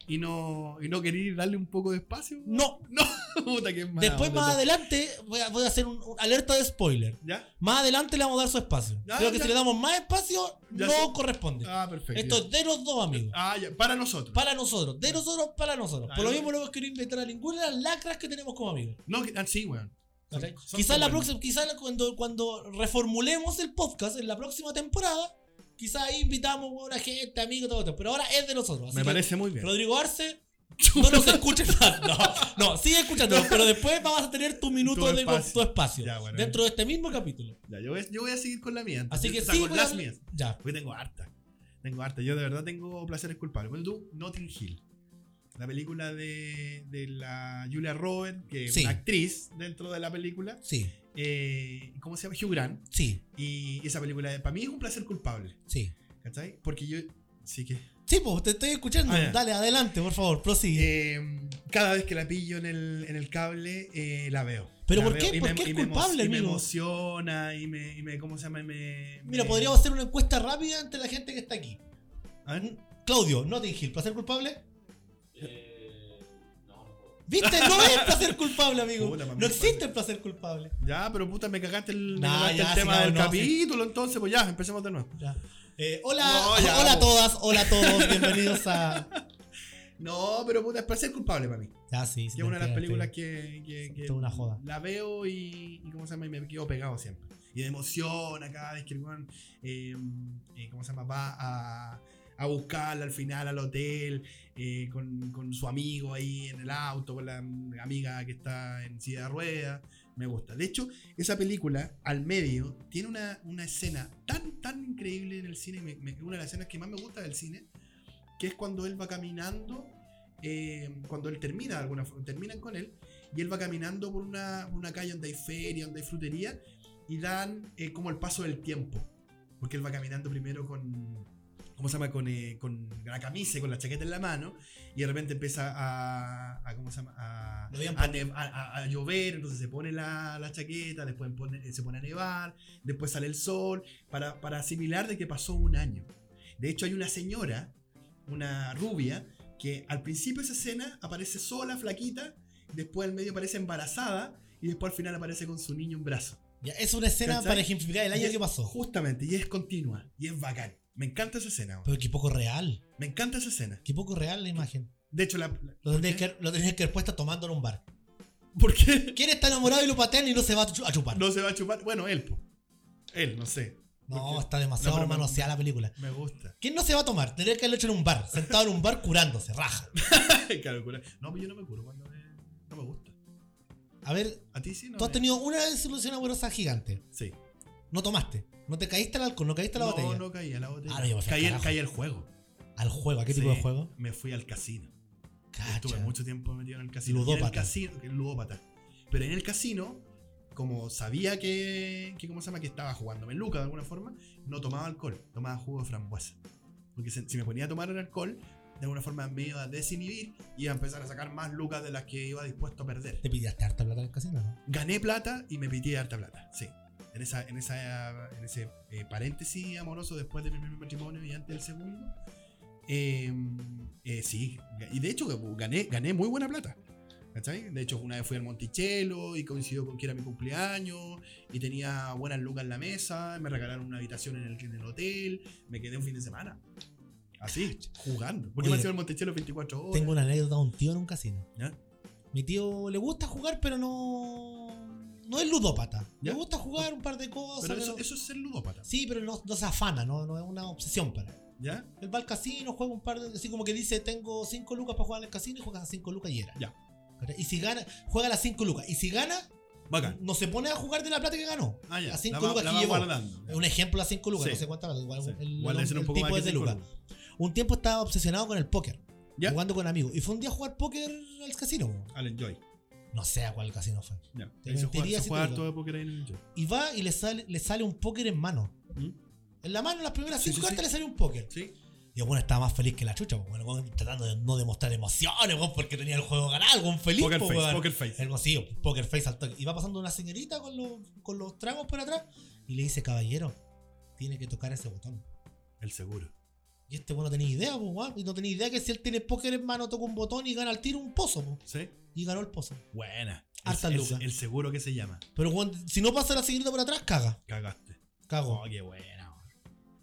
y no, y no querer darle un poco de espacio.
No.
[LAUGHS] Puta, qué mala
Después,
onda,
más
po.
adelante, voy a, voy a hacer un, un alerta de spoiler.
¿Ya?
Más adelante le vamos a dar su espacio.
Ya,
Creo que
ya.
si le damos más espacio,
Ya
no
sé.
corresponde.
Ah, perfecto.
Esto es de los dos, amigos.
Ah, ya, para nosotros.
Para nosotros, de nosotros para nosotros.
Ah,
Por lo
ya.
mismo no hemos querido inventar a ninguna de las lacras que tenemos como amigos.
No, que- ah, sí, weón.
¿cachai?
Son- son
Quizás la
buenos.
próxima, quizás la- cuando, cuando reformulemos el podcast en la próxima temporada, quizás ahí invitamos a una gente, amigos, todo esto. Pero ahora es de nosotros. así
Me
que,
parece muy bien.
Rodrigo Arce, no nos escuches más. No, no, sigue escuchándonos, pero después vas a tener tu minuto
Tu
de
espacio.
tu espacio.
Ya, bueno.
dentro de este mismo capítulo.
Ya, yo, voy, yo voy a seguir con la mía. entonces.
Así que
O sea,
sí,
con
voy a
las
hablar-
mías.
Ya.
Porque tengo harta. Tengo harta. Yo de verdad tengo placeres culpables. Bueno, tú, Notting Hill. La película de, de la Julia Roberts, que es
Sí.
una actriz dentro de la película.
Sí,
Eh, ¿Cómo se llama? Hugh Grant.
sí,
Y esa película, para mí es un placer culpable.
sí.
¿Cachai? Porque yo. Sí que.
Sí, pues te estoy escuchando.
Ah, ya.
Dale, adelante, por favor, prosigue.
Eh, cada vez que la pillo en el, en el cable, eh, la veo.
¿Pero
La
por qué?
veo y
¿Por
me-
qué es
y me emo-
culpable,
Y me
amigo?
emociona y me, y me- ¿Cómo se llama? Y me,
Mira,
me-
podríamos hacer una encuesta rápida entre la gente que está aquí.
A ver.
Claudio, Notting Hill, ¿placer culpable?
Eh, no, no puedo.
¿Viste? No es placer culpable, amigo.
Puta, para mí
no
es
existe
placer.
el placer culpable.
Ya, pero puta, me cagaste el, me
Nah,
cagaste
ya,
el tema
sigamos,
del
no,
capítulo, entonces, pues ya, empecemos de nuevo.
Ya. Eh, hola,
No, ya,
hola a
vamos.
todas, hola a todos, bienvenidos a.
No, pero puta, es placer culpable para mí.
Ya, sí, sí,
Que es una de las
entiendo,
películas
entiendo.
que, que, que
Toda una joda.
la veo y, y ¿cómo se llama? Y me quedo pegado siempre. Y me emociona cada vez que el weón, eh, eh, ¿cómo se llama? Va a, a buscarla al final al hotel eh, con, con su amigo ahí en el auto, con la mm, amiga que está en silla de ruedas. Me gusta. De hecho, esa película, al medio, tiene una, una escena tan, tan increíble en el cine. me- me- una de las escenas que más me gusta del cine, que es cuando él va caminando, eh, cuando él termina, de alguna forma, terminan con él, y él va caminando por una, una calle donde hay feria, donde hay frutería, y dan eh, como el paso del tiempo. Porque él va caminando primero con. ¿Cómo se llama? Con, eh, con la camisa y con la chaqueta en la mano. Y de repente empieza a. a- ¿Cómo se llama? A,
Lo habían
a nev- a- a- a llover. Entonces se pone la, la chaqueta, después pone- eh, se pone a nevar, después sale el sol. Para, para asimilar de que pasó un año. De hecho, hay una señora, una rubia, que al principio de esa escena aparece sola, flaquita, después al medio aparece embarazada y después al final aparece con su niño en brazos.
Ya, es una escena
¿Cachai?
para ejemplificar el
Y
año
es-
que pasó.
Justamente, y es continua, y es bacán. Me encanta esa escena, weón.
Pero qué poco real.
me encanta esa escena.
Qué poco real la imagen.
De hecho, la, la-
Lo tendrías que, lo tendrías que haber puesto tomando en un bar.
¿por qué [LAUGHS]
¿Quién está enamorado y lo patean y no se va a chu- a chupar? No,
no se va a chupar? Bueno, él, po. él, no sé, ¿por qué?
está demasiado
No, pero me-
manoseada la película.
me [LAUGHS] gusta.
¿Quién no se va a tomar? Tendría que haberlo hecho en un bar, sentado en un bar curándose, raja.
Claro, cura. No, pero yo no me curo cuando me, no me gusta.
A ver,
¿A ti sí? No,
tú has
me-
tenido una desilusión amorosa gigante.
Sí.
No tomaste. No te caíste al alcohol, no caíste a la
no,
botella.
no caí a la botella.
Ah, no, yo me fui al
caí, al,
carajo.
caí al juego.
Al juego, ¿a qué tipo
Sí,
de juego?
Me fui al casino. Estuve
Cacha.
mucho tiempo metido en el casino. Y En
Ludópata.
el casino, ludópata. Pero en el casino, como sabía que, que ¿cómo se llama? Que estaba jugándome Luca de alguna forma, no tomaba alcohol, tomaba jugo de frambuesa. Porque se- si me ponía a tomar el alcohol, de alguna forma me iba a desinhibir y iba a empezar a sacar más lucas de las que iba dispuesto a perder.
¿Te pillaste harta plata en el casino? no?
Gané plata y me pité harta plata, sí. En, esa, en, esa, en ese eh, paréntesis amoroso después de mi primer matrimonio y antes del segundo. Eh, eh, sí, y de hecho gané, gané muy buena plata. ¿cachai? De hecho, una vez fui al Monticello y coincidió con que era mi cumpleaños y tenía buenas lucas en la mesa, me regalaron una habitación en el, en el hotel, me quedé un fin de semana. Así, jugando. Porque
Oye,
me hacía el Monticello 24 horas.
Tengo una anécdota de un tío en un casino.
¿Ya?
Mi tío le gusta jugar, pero no. No es ludópata.
¿Ya?
Le gusta jugar un par de cosas.
Pero eso,
pero-
eso es ser ludópata,
Sí, pero no, no se afana, no, no es una obsesión para él.
¿ya?
Él va al casino, juega un par de. Así como que dice, tengo 5 lucas para jugar en el casino y juega las 5 lucas y era.
Ya.
¿Cachai? Y si gana, juega las 5 lucas. Y si gana,
Bacán.
no se pone a jugar de la plata que ganó.
Ah, ya.
Las cinco
la va-
lucas
la
que
va
llevó.
guardando.
Es un ejemplo las 5 lucas,
Sí.
no sé cuántas lucas. Igual
Sí.
el,
Igual debe ser
el
un poco más
tipo
que
es de
cinco
lucas. Un tiempo estaba obsesionado con el póker.
Ya.
Jugando con amigos. Y fue un día a jugar póker al casino. po.
Al enjoy.
No sé a cuál casino fue.
Ya.
Te
Ahí se juega,
mentiría
se
si
juega
te
harto
digo.
de póker ahí en el enjoy.
Y va y le sale, le sale un póker en mano.
¿Mm?
En la mano, en las primeras
Sí,
cinco
sí, sí.
cartas le sale un póker.
Sí.
Y el bueno, estaba más feliz que la chucha, po, bueno, weón, tratando de no demostrar emociones, weón, porque tenía el juego ganado, weón, feliz,
Poker
po,
face,
weón.
poker face.
El mocillo, poker face al toque. Y va pasando una señorita con los, con los tragos por atrás y le dice, caballero, tiene que tocar ese botón.
El seguro.
Y este bueno tenía idea, pues, weón. Y no tenía idea que si él tiene póker en mano, toca un botón y gana al tiro un pozo, po.
¿Sí?
Y ganó el pozo.
Buena.
Harta
el,
luca.
el, el seguro que se llama.
Pero weón, si no pasa la siguiente por atrás, caga.
Cagaste.
Cago.
Oh, qué buena. weón.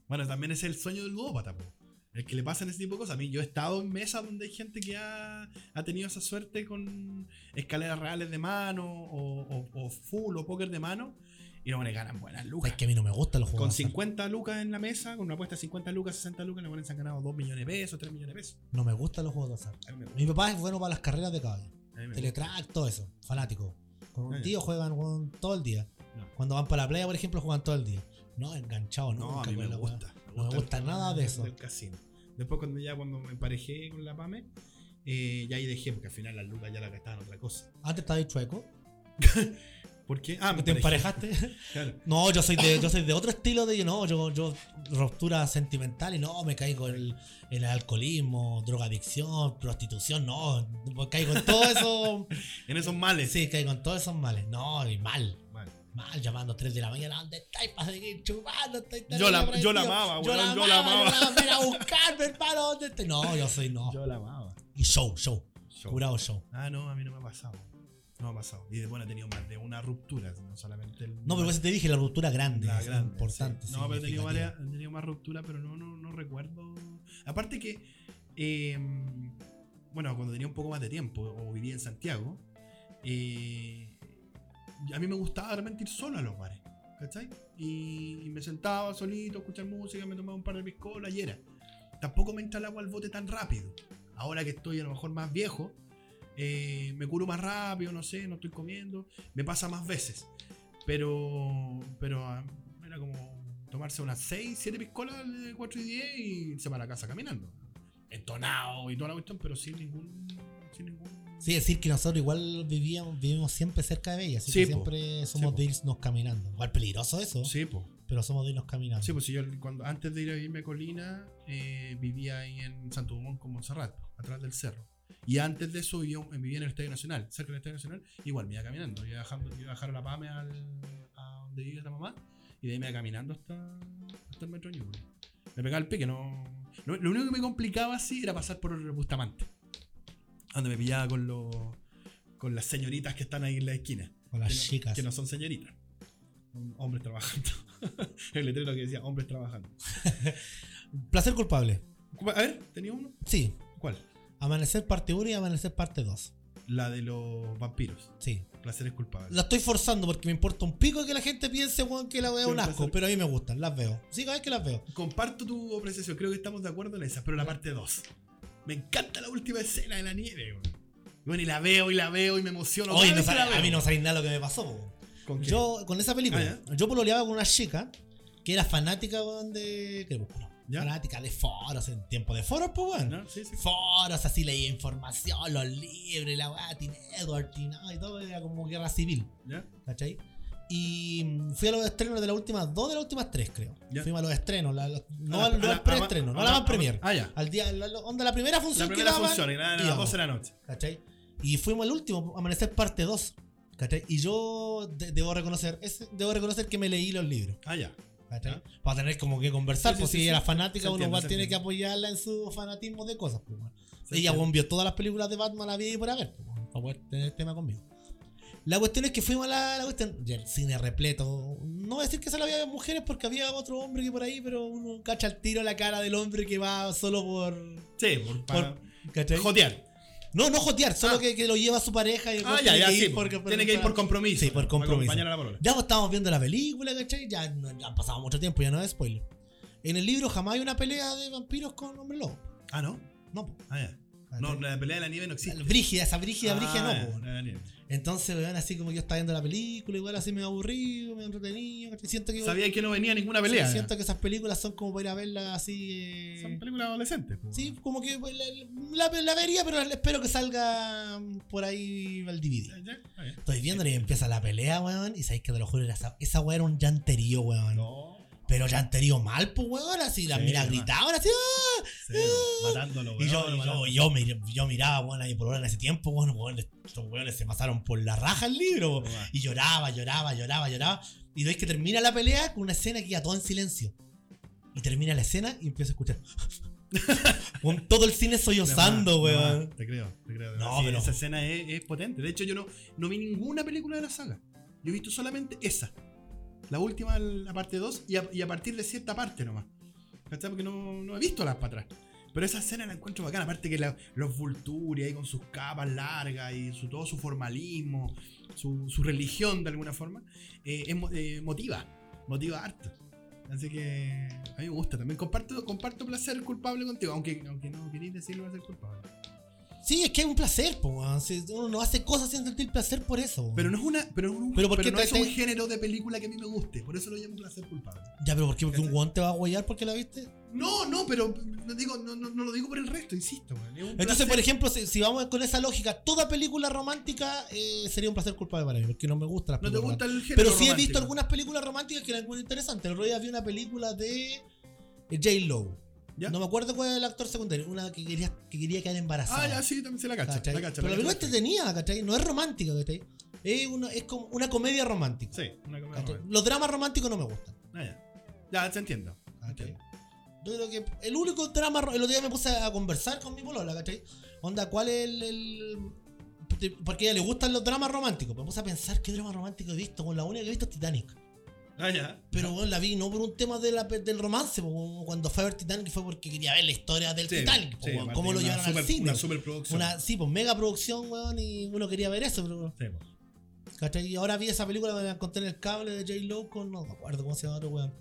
Bueno, también es el sueño del ludópata, po. El que le pasan ese tipo de cosas. A mí, yo he estado en mesas donde hay gente que ha, ha tenido esa suerte con escaleras reales de mano o, o- o full o póker de mano. Y no le ganan buenas lucas.
Es que a mí no me gustan los
Con
juegos. de azar.
50 lucas en la mesa, con una apuesta de 50 lucas, 60 lucas, le ponen, se han ganado 2 millones de pesos, 3 millones de pesos.
No me gustan los juegos de azar.
A mí me gusta.
Mi papá es bueno para las carreras de caballo.
a mí me gusta.
Teletrack, todo eso. Fanático. Con
Ah,
un
ya.
tío juegan weón, todo el día.
No.
Cuando van para la playa, por ejemplo, juegan todo el día. No, enganchado,
No, a
nunca
mí me
con la weá.
gusta.
No me gusta
el-
nada de eso.
Del casino. Después cuando ya cuando me emparejé con la PAME, eh, ya ahí dejé, porque al final las lucas ya las gastaban en otra cosa.
Antes estabas chueco.
¿Por qué? Ah, me
¿Te
emparejé,
emparejaste? [LAUGHS]
claro.
No, yo soy de, yo soy de otro estilo de no, yo, yo ruptura sentimental y no, me caigo en el, en el alcoholismo, drogadicción, prostitución, no, me caigo en todo
[LAUGHS]
eso,
En esos males.
sí, caigo en todos esos males, no, y mal,
Mal.
mal, llamando 3 de la mañana, ¿dónde estáis para seguir chupando? Estáis tan
Yo la-
agradecido.
yo la amaba,
yo la
weón, yo la
amaba,
amaba.
yo la- ven a buscarme, hermano, ¿dónde estáis? No, yo soy no,
la amaba.
y show, show, Ah.
Show.
curado show.
Ah, no, a mí no me ha pasado. No me ha pasado. Y bueno, he tenido más de una ruptura, no solamente el...
No, pero por eso te dije, la ruptura grande,
La
es
grande,
importante.
sí. No, pero he tenido,
significativa.
varias- he tenido más ruptura, pero no, no, no recuerdo. Aparte que, eh, bueno, cuando tenía un poco más de tiempo o vivía en Santiago, eh, a mí me gustaba realmente ir solo a los bares, ¿cachai? Y, y me sentaba solito, a escuchar música, me tomaba un par de piscolas y era. Tampoco me entra el agua al bote tan rápido. Ahora que estoy a lo mejor más viejo, eh, me curo más rápido, no sé, no estoy comiendo, me pasa más veces. Pero, pero ah, era como tomarse unas 6, 7 piscolas de 4 y 10 y se va a la casa caminando. Entonado y toda la cuestión, pero sin ningún. Sin ningún
Sí, decir que nosotros igual vivíamos, vivimos siempre cerca de ella, así
Sí,
que
po.
siempre somos
po.
de irnos caminando. Igual peligroso eso,
sí, pues.
pero somos de irnos caminando.
Sí, pues si yo cuando, antes de ir a irme a Colina, eh, vivía ahí en Santo Dumont con Montserrat, atrás del cerro. Y antes de eso vivía, vivía en el Estadio Nacional, cerca del Estadio Nacional, igual me iba caminando, iba, bajando, iba a bajar a la PAME al- a donde vive la mamá, y de ahí me iba caminando hasta, hasta el metro Ñuble. Me pegaba el pique, no. Lo, lo único que me complicaba así era pasar por Bustamante, donde me pillaba con los con las señoritas que están ahí en la esquina
Con las
que no-
chicas.
que no son señoritas. Son Hombres trabajando. [LAUGHS] el letrero que decía hombres trabajando.
Placer culpable.
A ver, tenía uno.
Sí.
¿Cuál?
Amanecer parte 1 y amanecer parte 2.
La de los vampiros.
Sí.
Placeres culpables.
La estoy forzando porque me importa un pico que la gente piense, weón, que la veo
Sí,
un
un
asco,
placer.
pero a mí me gustan, las veo. Sí, cada vez que las veo.
Comparto tu apreciación. Creo que estamos de acuerdo en esa, pero la parte 2. Me encanta la última escena de la nieve, weón. Bueno, y la veo y la veo y me emociono.
Oye,
cada
no
vez que
sabe-
la veo.
a mí no sabéis nada lo que me pasó, weón.
¿Con qué?
Yo, con esa película,
Ah,
yo pololeaba con una chica que era fanática, weón, de Crepúsculo.
Ya.
Fanática de foros, en tiempo de foros, pues, weón.
¿No? Sí, sí.
foros, así leía información, los libros, la weá, Tim Edward, Tim- y todo, era como guerra civil,
¿Ya?
¿cachai? Y mm, fui a los estrenos de las últimas dos de las últimas tres, creo.
Ya.
Fuimos a los estrenos, la- la- no
A
al
Ah, la-
no
a
al
la-
preestreno, no a la van premier.
Ah, ya.
Al día, la, la- onda, la primera
La
función
primera
que daban,
función, era a las
íbamos,
12 de la noche.
¿cachai? Y fuimos al último, Amanecer parte 2, ¿cachai? Y yo de- debo reconocer, ese- debo reconocer que me leí los libros.
Ah, ya.
¿cachai?
Ya.
Para tener como que conversar,
Sí, sí,
porque
sí,
si
sí.
era fanática,
Se
uno
entiende,
igual
se
tiene que
entiende.
apoyarla en su fanatismo de cosas. Pues, weón.
Se
Ella
entiende.
weón, vio todas las películas de Batman, la vida y por haber, pues, weón, para poder tener el tema conmigo. La cuestión es que fuimos a la, la cuestión. y el cine repleto. No voy a decir que solo había mujeres porque había otro hombre que por ahí, pero uno cacha el tiro a la cara del hombre que va solo por.
Sí, por, para
¿cachai?
jotear.
no, no jotear, solo
Ah.
que, que lo lleva a su pareja y el
Ah,
weón
ya, ya, sí.
porque-
tiene que ir por compromiso.
Sí, por compromiso.
Acompañar a la polola.
Ya pues, estábamos viendo la película, ¿cachai? Ya, no- ya han pasado mucho tiempo, ya no es spoiler. En el libro jamás hay una pelea de vampiros con hombre lobo.
Ah, ¿no?
No, po.
Ah, ya.
¿cachai?
No, la pelea de la nieve no existe.
Brígida, esa brígida, brígida
Ah,
no, po.
ya, la nieve.
Entonces, weón, así como yo estaba viendo la película, igual así me aburrido, me entretenido. ¿cachai? Siento que,
Sabía que no venía ninguna pelea.
sí, siento que esas películas son como para ir a verlas así. eh,
Son películas adolescentes. po.
sí, como que pues, la, la- la vería, pero espero que salga por ahí el
Ya,
DVD.
ya, está bien.
Estoy viendo y empieza la pelea, weón. Y sabéis que te lo juro, era esa, esa weá era un llanterío, weón.
No.
Pero llanterío mal, pues, weón. Así las
Sí,
minas
además.
gritaban así. ¡ah!
Sí, no, matándolo,
Y
weón,
yo,
lo
yo,
mataron.
yo, mir- yo miraba, weón, ahí por hora en ese tiempo, weón, weón, estos weones se pasaron por la raja el libro, weón.
Nomás.
Y lloraba, lloraba, lloraba, lloraba. Y veis que termina la pelea con una escena que queda todo en silencio. Y termina la escena y empiezo a escuchar. [LAUGHS] Con todo el cine sollozando, weón.
Te creo, te creo.
No,
Sí,
pero-
Esa escena es, es potente. De hecho, yo no, no vi ninguna película de la saga. Yo he visto solamente esa. La última, la parte 2, y a, y a partir de cierta parte nomás. ¿Cachai? Porque no, no he visto las para atrás. Pero esa escena la encuentro bacana. Aparte que la- los Vulturi ahí con sus capas largas y su, todo su formalismo, su, su religión de alguna forma, eh, es mo- eh, motiva. Motiva harto. Así que a mí me gusta también. Comparto, comparto placer culpable contigo, aunque, aunque no queréis decirlo placer culpable.
Sí, es que es un placer, po, weón. Si Uno no hace cosas sin sentir placer por eso. weón.
Pero no es una. Pero, no-
Pero ¿por qué
no
te-
es un
te-
género de película que a mí me guste. Por eso lo llamo placer culpable.
Ya, pero ¿por qué?
Este-
Porque un guante te va a guayar porque la viste.
No, no, pero no, digo, no, no, no lo digo por el resto, insisto, weón. Es un
Entonces,
placer-
por ejemplo, si, si vamos con esa lógica, toda película romántica eh, sería un placer culpable para mí, porque no me gusta las
No te
películas
gusta el género.
Pero sí he visto
romántico.
algunas películas románticas que la encuentro interesante. El otro día vi una película de J. Lowe.
¿Ya?
No me acuerdo cuál era el actor secundario. Una que quería, que quería quedar embarazada.
Ah, ya, sí, también se la cacha.
¿cachai?
La cacha
Pero la película
cacha.
entretenida, ¿cachai? No es romántica, ¿cachai? Es, una, es como una comedia romántica.
Sí, una comedia
¿cachai?
romántica.
Los dramas románticos no me gustan.
Ah, ya. Ya, te entiendo.
¿cachai? Yo creo que el único drama. ro- El otro día me puse a conversar con mi polola, ¿cachai? Onda, ¿cuál es el. el- porque a ella le gustan los dramas románticos. Me puse a pensar qué drama romántico he visto. Con la única que he visto es Titanic.
Ah, ya.
Pero bueno, la vi no por un tema de la, pe- del romance, po, como cuando fue a ver Titanic fue porque quería ver la historia del
Sí,
Titanic, po,
sí,
weón,
aparte
cómo lo
una
llevaron al
super-
cine.
Una
po.
superproducción.
Una, sí, pues mega producción, weón, y uno quería ver eso, pero
Sí, po.
¿cachai? Y ahora vi esa película me la encontré en el cable de J. Lo con no me acuerdo cómo se llama otro weón.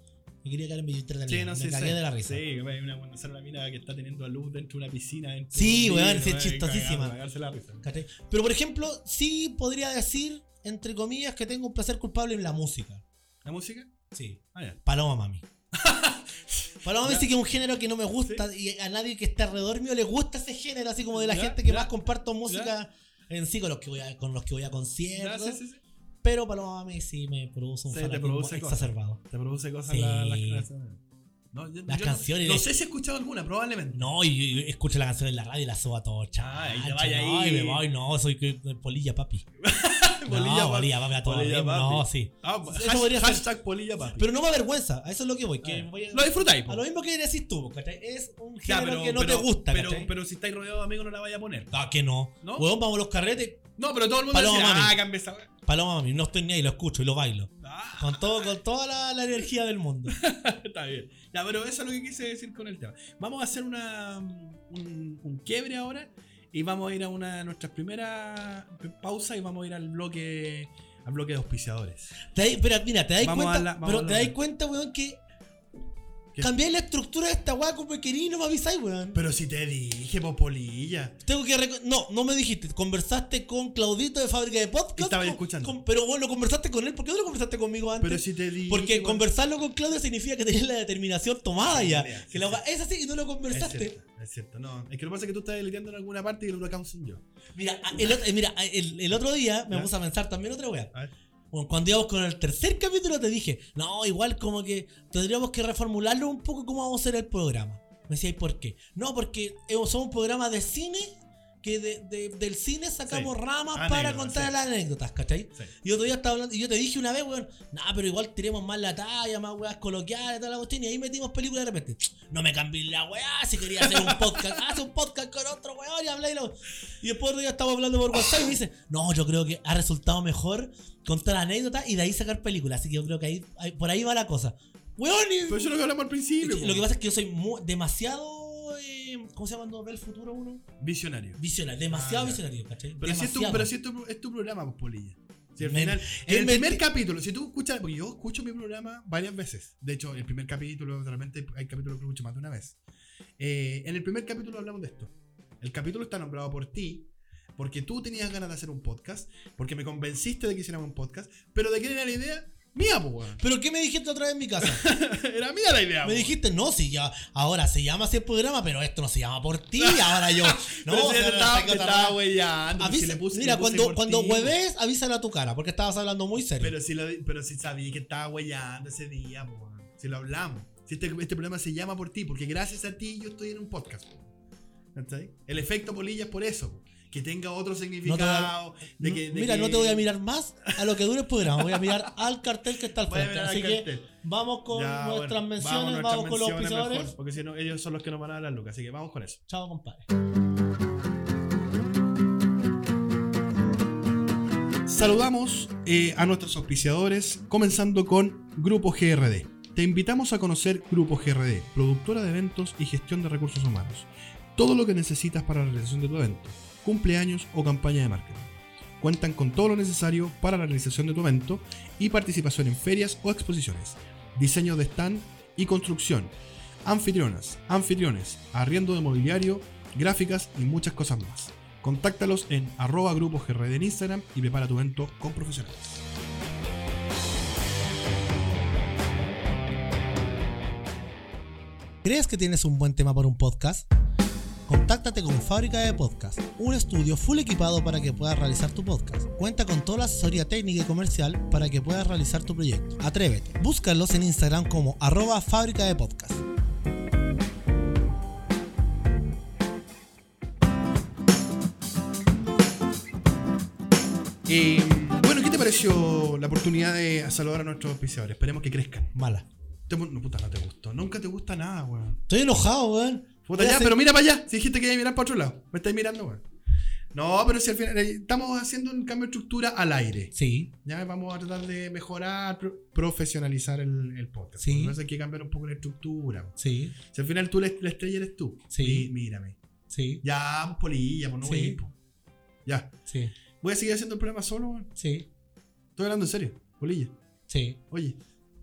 Y quería caer en medio
Sí,
entretenido.
no
me
sé.
cagué
sí.
de la risa.
Sí, güey, una, una, una mina que está teniendo a luz dentro de una piscina. dentro
Sí,
de un
güey,
vidrio,
sí, es
güey,
chistosísima.
cagado, cagarse la risa.
¿cachai? Pero por ejemplo, sí podría decir, entre comillas, que tengo un placer culpable en la música.
¿La música?
Sí.
Ah, ya.
Paloma
[LAUGHS]
Mami. Paloma Mami
Ya.
sí que es un género que no me gusta y a nadie que está alrededor mío le gusta ese género, así como de la
Ya,
gente que
ya.
más comparto música en sí con los que voy a, con los que voy a
Ya,
conciertos.
sí, sí, sí.
Pero Paloma Mami sí me produce un
Sí, te
fanatismo
produce cosas.
exacerbado.
Te produce cosas
Sí.
la- las No, yo-
Las
yo
canciones
No,
de-
no sé si he escuchado alguna, probablemente.
No, y, y escucho la canción en la radio y la subo a todo, chaval.
y te vaya
no,
ahí.
y me voy, no, soy que- eh, polilla
[LAUGHS]
papi.
Polilla
no,
Papi.
polilla papi a todo.
Polilla
ritmo,
Papi.
No, sí.
Ah,
Eso
hash-
podría ser.
hashtag polilla papi.
Pero no me avergüenza, a eso es lo que voy. Que
Ah.
voy a-
lo disfrutáis, po.
a lo mismo que decís tú, ¿cachai? Es un
Ya,
género que no te gusta,
pero,
¿cachai?
pero si estáis rodeados de amigos no la vaya a poner.
Ah, que no.
¿No?
Weón, vamos a los carretes.
No, pero todo el mundo
Paloma,
dice,
mami.
ah, cambia esa weá".
Paloma mami, no estoy ni ahí, lo escucho y lo bailo.
Ah, [LAUGHS]
Con todo, con toda la, la energía del mundo.
está bien. Ya, pero eso es lo que quise decir con el tema. Vamos a hacer una un, un quiebre ahora y vamos a ir a una de nuestras primeras pausas y vamos a ir al bloque al bloque de auspiciadores.
Te dais- pero mira, te dais
Vamos
cuenta,
a la- vamos
pero
a
te
la-
dais cuenta, weón, que
¿Qué?
cambiáis la estructura de esta weá como querí y no me avisáis, weón.
Pero si te dije, po, polilla.
Tengo que reco- No, no me dijiste. Conversaste con Claudito de Fábrica de Podcast.
Y estaba
con-
escuchando.
con- pero vos lo conversaste con él. ¿Por qué no lo conversaste conmigo antes?
Pero si te dije.
Porque
po.
conversarlo con Claudio significa que tenías la determinación tomada
Sí,
ya.
mira,
que
sí,
la
sí.
weá es así y no lo
Es
conversaste.
cierto, es cierto, no. Es que lo que pasa es que tú estás deleteando en alguna parte y el huracán soy yo.
Mira, a- el, otro- eh, mira, a- el, el otro día me
¿Ya?
puse a pensar también otra weá.
A ver.
Bueno, Cuando íbamos con el tercer capítulo te dije, no, igual como que tendríamos que reformularlo un poco cómo vamos a hacer el programa. Me decía, ¿y por qué? No, porque eh, somos un programa de cine que de- de- del cine sacamos
Sí.
ramas para
Anécdotas,
contar
sí.
las anécdotas, ¿cachai?
Sí.
Y otro día estaba hablando, y yo te dije una vez, weón, nah, pero igual tiremos más la talla, más weas coloquiales, toda la cuestión, y ahí metimos películas de repente. No me cambié la weá, si quería hacer un podcast, [LAUGHS] haz un podcast con otro weón y habla y lo. Y después otro día estamos hablando por WhatsApp y me dice, no, yo creo que ha resultado mejor contar anécdotas y de ahí sacar películas, así que yo creo que ahí, ahí- por ahí va la cosa. Weón, y-
Pero eso es lo que hablamos al principio. po.
lo que pasa es que yo soy mu- demasiado, eh, ¿cómo se llama cuando ve el futuro uno?
Visionario.
Visionario, demasiado
Ah, ya.
visionario, ¿cachai?
Pero si, es tu,
Demasiado.
pero si es, tu, es tu programa, pues, Polilla. Si al
Me-
final,
él
en el
me-
primer capítulo, si tú escuchas, porque yo escucho mi programa varias veces. De hecho, el primer capítulo, realmente hay capítulos que escucho más de una vez. Eh, en el primer capítulo hablamos de esto. El capítulo está nombrado por ti, porque tú tenías ganas de hacer un podcast, porque me convenciste de que hiciéramos un podcast, pero de que era la idea mía, pues, weón.
¿Pero qué me dijiste otra vez en mi casa?
Era mía la idea,
Me
po.
dijiste, no, si ya, ahora se llama así el programa, pero esto no se llama por
[LAUGHS]
ti, ahora yo. No,
Pero
o
si
sea,
te
la
estaba,
saqué
te
otra
estaba
vez.
weyando, si
Avisa-
le puse-
mira,
le puse
cuando,
por
cuando
ti,
hueves, avísalo a tu cara, porque estabas hablando muy serio.
Pero si, lo, pero si sabía que estaba guayando ese día, po, weón. si lo hablamos. Si este, este problema se llama por ti, porque gracias a ti yo estoy en un podcast. po. ¿Cachai? El efecto polilla es por eso. po. que tenga otro significado. de que, de
Mira,
que-
no te voy a mirar más a lo que dure el programa. Voy a mirar al cartel que está al
Voy a
frente.
mirar al
Así que
cartel.
vamos con
Ya,
nuestras
bueno,
menciones, vamos,
nuestras
con los
menciones
pisadores.
mejor, porque si no, ellos son los que nos van a dar las lucas, así que vamos con eso.
Chao, compadre.
Saludamos eh, a nuestros auspiciadores, comenzando con Grupo GRD. Te invitamos a conocer Grupo GRD, productora de eventos y gestión de recursos humanos. Todo lo que necesitas para la realización de tu evento, cumpleaños o campaña de marketing. Cuentan con todo lo necesario para la realización de tu evento y participación en ferias o exposiciones, diseño de stand y construcción, anfitrionas, anfitriones, arriendo de mobiliario, gráficas y muchas cosas más. Contáctalos en arroba grupos GRD en Instagram y prepara tu evento con profesionales.
¿Crees que tienes un buen tema para un podcast? Contáctate con Fábrica de Podcast, un estudio full equipado para que puedas realizar tu podcast. Cuenta con toda la asesoría técnica y comercial para que puedas realizar tu proyecto. Atrévete, búscalos en Instagram como arroba fábrica de podcast.
Eh, bueno, ¿qué te pareció la oportunidad de saludar a nuestros auspiciadores? Esperemos que crezcan.
Mala.
Te- no, puta, no te gustó. Nunca te gusta nada, weón.
Estoy enojado, weón.
Puta,
Voy a
ya,
hacer-
pero mira para allá. Si dijiste que ibas a mirar para otro lado. Me estáis mirando, weón. No, pero si al final eh, estamos haciendo un cambio de estructura al aire.
Sí,
Ya vamos a tratar de mejorar, pro- profesionalizar el, el podcast.
Sí.
Entonces hay que cambiar un poco la estructura. weón.
sí,
Si al final tú la, la estrella eres tú.
Sí.
Y mírame.
sí,
Ya, pues polilla, pues no
Sí.
voy. pues. Ya.
sí,
Voy a seguir haciendo el programa solo, weón.
sí,
Estoy hablando en serio. Polilla.
sí.
Oye.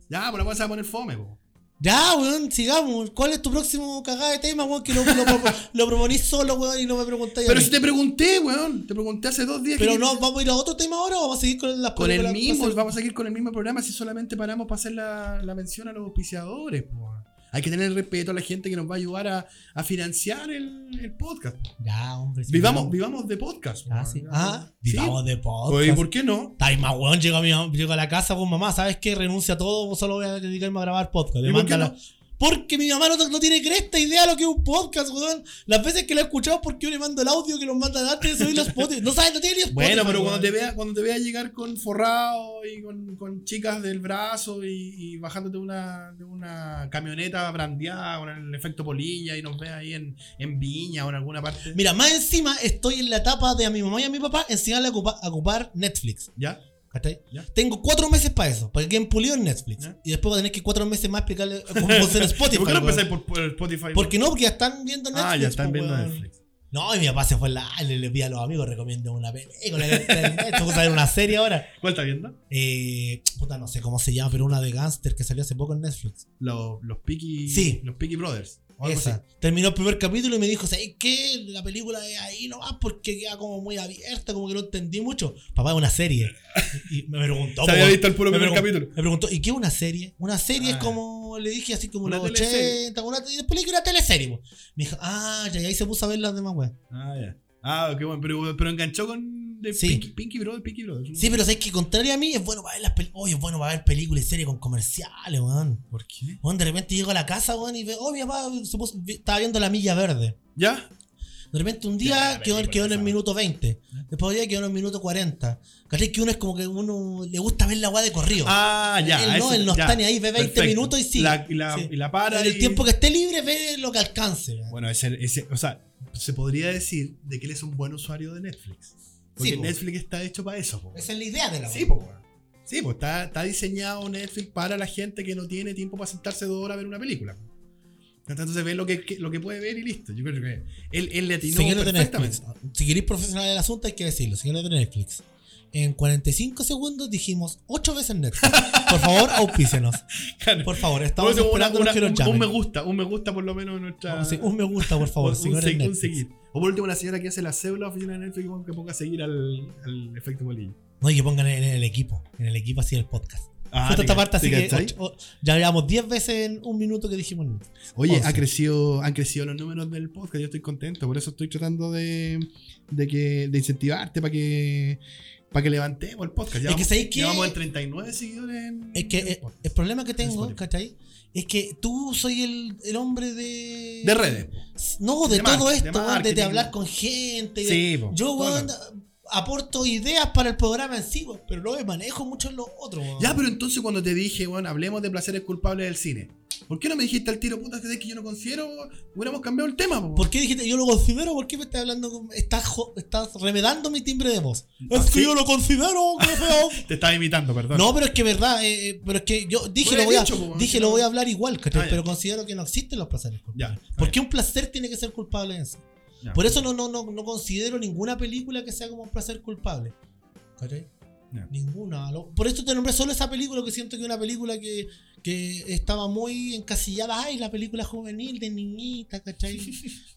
Ya, pues la weá se va a poner fome, po.
Ya, weón, sigamos. ¿Cuál es tu próximo cagada de tema, weón? Que lo, lo, propo- lo proponís solo, weón, y no me preguntáis. a
Pero
mí?
si te pregunté, weón. Te pregunté hace dos días.
Pero
que-
no, ¿vamos a ir a otro tema ahora o vamos a seguir con las
Con el
películas?
mismo,
¿Va a ser-
vamos a seguir con el mismo programa si solamente paramos para hacer la, la mención a los auspiciadores. po. Hay que tener respeto a la gente que nos va a ayudar a, a financiar el, el podcast.
Ya, hombre. sí,
Vivamos,
ya.
vivamos de podcast.
Ah,
po.
sí.
Ya.
Ah,
Sí.
vivamos de
Oye, ¿por
podcast.
qué no?
Está ahí más weón, llego a, mi, llego a la casa con mamá, ¿sabes qué? Renuncia a todo, pues, solo voy a dedicarme a grabar podcast. Le
¿Y por qué
manda la- Porque mi mamá no, no tiene cresta idea de lo que es un podcast, weón. Las veces que la he escuchado es porque yo le mando el audio que nos mandan antes de subir los potes. No sabes, no tiene ni Spotify,
Bueno, pero
weón.
cuando te vea, cuando te vea llegar con forrado y con, con chicas del brazo y, y bajándote una, de una camioneta brandeada con el efecto polilla y nos ve ahí en, en Viña o en alguna parte.
Mira, más encima estoy en la etapa de a mi mamá y a mi papá enseñarle a ocupa- a ocupar Netflix.
¿Ya?
¿Cachai?
Ya.
Tengo cuatro meses para eso, para que queden pulidos en Netflix.
Ya.
Y después voy a tener que cuatro meses más explicarle
[LAUGHS]
cómo hacer Spotify.
¿Por qué no
weón.
empezáis por, por el Spotify?
Porque no, porque ya están viendo Netflix.
ah, ya están
po,
viendo
weón.
Netflix.
No, y mi papá se fue la. Le, le pide a los amigos, recomiendo una película. que está en Netflix. Vamos a ver una serie ahora.
¿Cuál está viendo?
Eh, puta, no sé cómo se llama, pero una de gangster que salió hace poco en Netflix.
Los, los Peaky.
Sí.
Los Peaky Brothers. o algo
Esa.
así.
Terminó el primer capítulo y me dijo, ¿sabes qué? La película de ahí no va porque queda como muy abierta, como que no entendí mucho. Papá, es una serie. Y y me preguntó.
Se había
po,
visto el puro
me
primer
pregun-
capítulo.
Me preguntó, ¿y qué es una serie? Una serie es
Ah.
como, le dije así como
Una
los
teleserie.
80, una, y después le dije una teleserie. po. Me dijo, ah, ya, y ahí se puso a ver las demás, weas.
Ah, ya. Ah, qué bueno. Pero, pero enganchó con de
Sí.
Peaky, Peaky Brothers, Peaky Brothers. ¿no?
Sí, pero sabes que contrario a mí, es bueno para ver las películas. Oye, es bueno para ver películas y series con comerciales, weón.
¿Por qué?
Weón, de repente llego a la casa, weón, y veo, oh, mi papá se puso- vi- estaba viendo la milla verde.
¿Ya?
De repente un
Ya,
día
la
quedó,
película
quedó en el
esa.
minuto 20. Después otro día quedó en el minuto 40. ¿Cachai? Que uno es como que uno le gusta ver la weá de corrido.
Ah, ya.
Él no,
ese-
él no
ya.
está ni ahí, ve 20
Perfecto.
minutos y sigue.
La, y, la,
Sí.
y la para.
en el
y-
tiempo que esté libre, ve lo que alcance. weón.
Bueno, ese, ese, o sea, se podría decir de que él es un buen usuario de Netflix. Porque
Sí, po.
Netflix está hecho para eso. po.
Esa es la idea de la
Sí,
weá.
po, weón. Sí, pues está, está diseñado Netflix para la gente que no tiene tiempo para sentarse dos horas a ver una película. Entonces ve lo que, que- lo que puede ver y listo. Yo creo que él, él le atinó
Señores de
perfectamente.
Netflix, si queréis profesional del asunto, hay que decirlo. Señores de Netflix, en 45 segundos dijimos 8 veces Netflix. Por favor, auspícenos.
[LAUGHS] Claro.
Por favor, estamos
Una-
esperando
una-
que nos
un,
llamen.
un me gusta, un me gusta por lo menos en nuestra.
Vamos, sí, un me gusta, por favor,
un- un,
señores
se- un
Netflix.
seguir. O por último, la señora que hace la cédula oficina de Netflix que ponga a seguir al, al efecto bolillo.
No, y que pongan en el equipo, en el equipo así el podcast.
Ah,
Justo
¿te
esta
ca-
parte, así
te
que
cachai?
ocho- o- ya llevamos 10 veces en un minuto que dijimos Netflix.
Oye,
Once.
ha crecido, han crecido los números del podcast, yo estoy contento, por eso estoy tratando de, de que, de incentivarte para que, Para que levantemos el podcast. Ya
Es que
vamos-
¿sabéis qué?
ya vamos en 39 seguidores en.
Es que eh, el problema que tengo,
Spotify.
¿cachai? Es que tú soy el, el hombre de.
De redes.
No, de,
De
todo
mar- de
esto, weón, de,
marketing.
de hablar con gente. de-
Sí, po,
Yo,
todo
weón,
el
aporto ideas para el programa en sí, weón, pero luego manejo mucho en los otros, weón.
Ya, pero entonces cuando te dije, bueno, hablemos de placeres culpables del cine, ¿por qué no me dijiste al tiro, puta, que sé que yo no considero, hubiéramos cambiado el tema? po?
¿Por qué dijiste yo lo considero? ¿Por qué me estás hablando? con- Estás, jo- estás remedando mi timbre de voz.
Ah,
es que
¿sí?
yo lo considero, qué
[LAUGHS]
feo.
Te estaba imitando, perdón.
No, pero es que verdad, eh, eh, pero es que yo dije,
Lo
lo voy, a,
habías dicho, po,
dije
si
lo
no-
voy a hablar igual, ¿cachai?
Ah, ya.
pero considero que no existen los placeres culpables.
Ya, está
¿Por qué un placer tiene que ser culpable en sí?
Ya.
Por eso no, no, no, no considero ninguna película que sea como un placer culpable. ¿Cachai?
Ya.
Ninguna. Lo- Por eso te nombré solo esa película que siento que es una película que, que estaba muy encasillada. Ay, la película juvenil de niñita,
[LAUGHS]
¿cachai?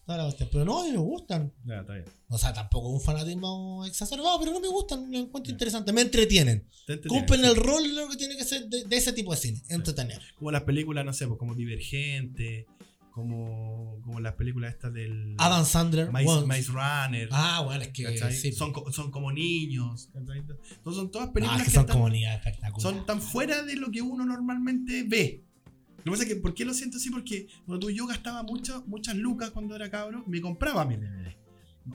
Toda la cuestión. pero no, a mí me gustan.
Ya, está bien.
O sea, tampoco es un fanatismo exacerbado, pero no me gustan. Lo encuentro interesante. Me entretienen.
Te entretienes,
Cumplen
sí.
el rol de lo que tiene que ser de, de ese tipo de cine. Entretener.
Como las películas, no sé, pues, como Divergente, como, como las películas estas del.
Adam Sandler.
Maze,
weón.
Maze Runner.
Ah, bueno, es que
¿cachai?
sí.
son, co- son como niños. ¿cachai? Entonces son todas
Ah,
películas
es que
que
son
están-
comunidades espectaculares.
son tan fuera de lo que uno normalmente ve. Lo que pasa es que, ¿por qué lo siento así? Porque bueno, tú, yo gastaba muchas muchas lucas cuando era cabro, me compraba mis DVD.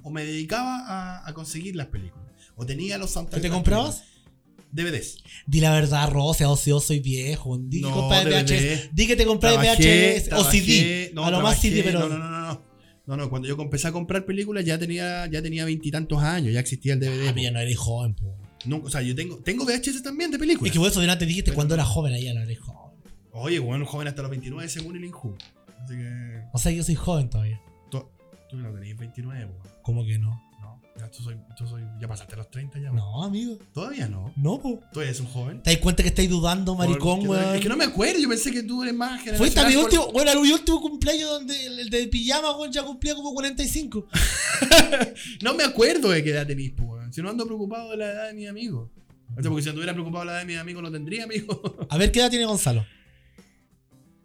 O me dedicaba a, a conseguir las películas. O tenía los soundtracks
¿Qué te
de las
comprabas?
películas. DVDes.
Di la verdad, oh, Rosa, ocioso y viejo. Di que
No,
compras
DVD.
VHS. Di que te compras VHS o
trabajé,
CD.
no,
a lo más
trabajé,
CD, pero.
No, no, no, no. no. No, no, cuando yo empecé a comprar películas ya tenía ya tenía veintitantos años, ya existía el DVD.
Ah, pero ya no eres joven, po.
No, o sea, yo tengo, tengo VHS también de películas.
Es que vos eso delante dijiste cuando era joven, ahí ya no eres joven.
Oye, bueno, joven hasta los 29 según el Inju. Así que
O sea, yo soy joven todavía.
tú no tenés 29, po.
¿Cómo que no?
No, ya tú soy, tú soy, ya pasaste los 30 ya.
No, amigo.
Todavía no.
No, po.
Tú eres un joven.
¿Te das cuenta que estáis dudando, maricón,
Porque-
weón?
Es que no me acuerdo, yo pensé que tú eres más generacional.
Fue hasta mi
con-
último, bueno, era mi último cumpleaños donde el, el de pijama, weón, ya cumplía como 45.
No me acuerdo de qué edad tenís, po, weón. Si no ando preocupado de la edad de mis amigos. O sea, porque si anduviera preocupado de la edad de mis amigos, no tendría [LAUGHS] amigos.
A ver, ¿qué edad tiene Gonzalo?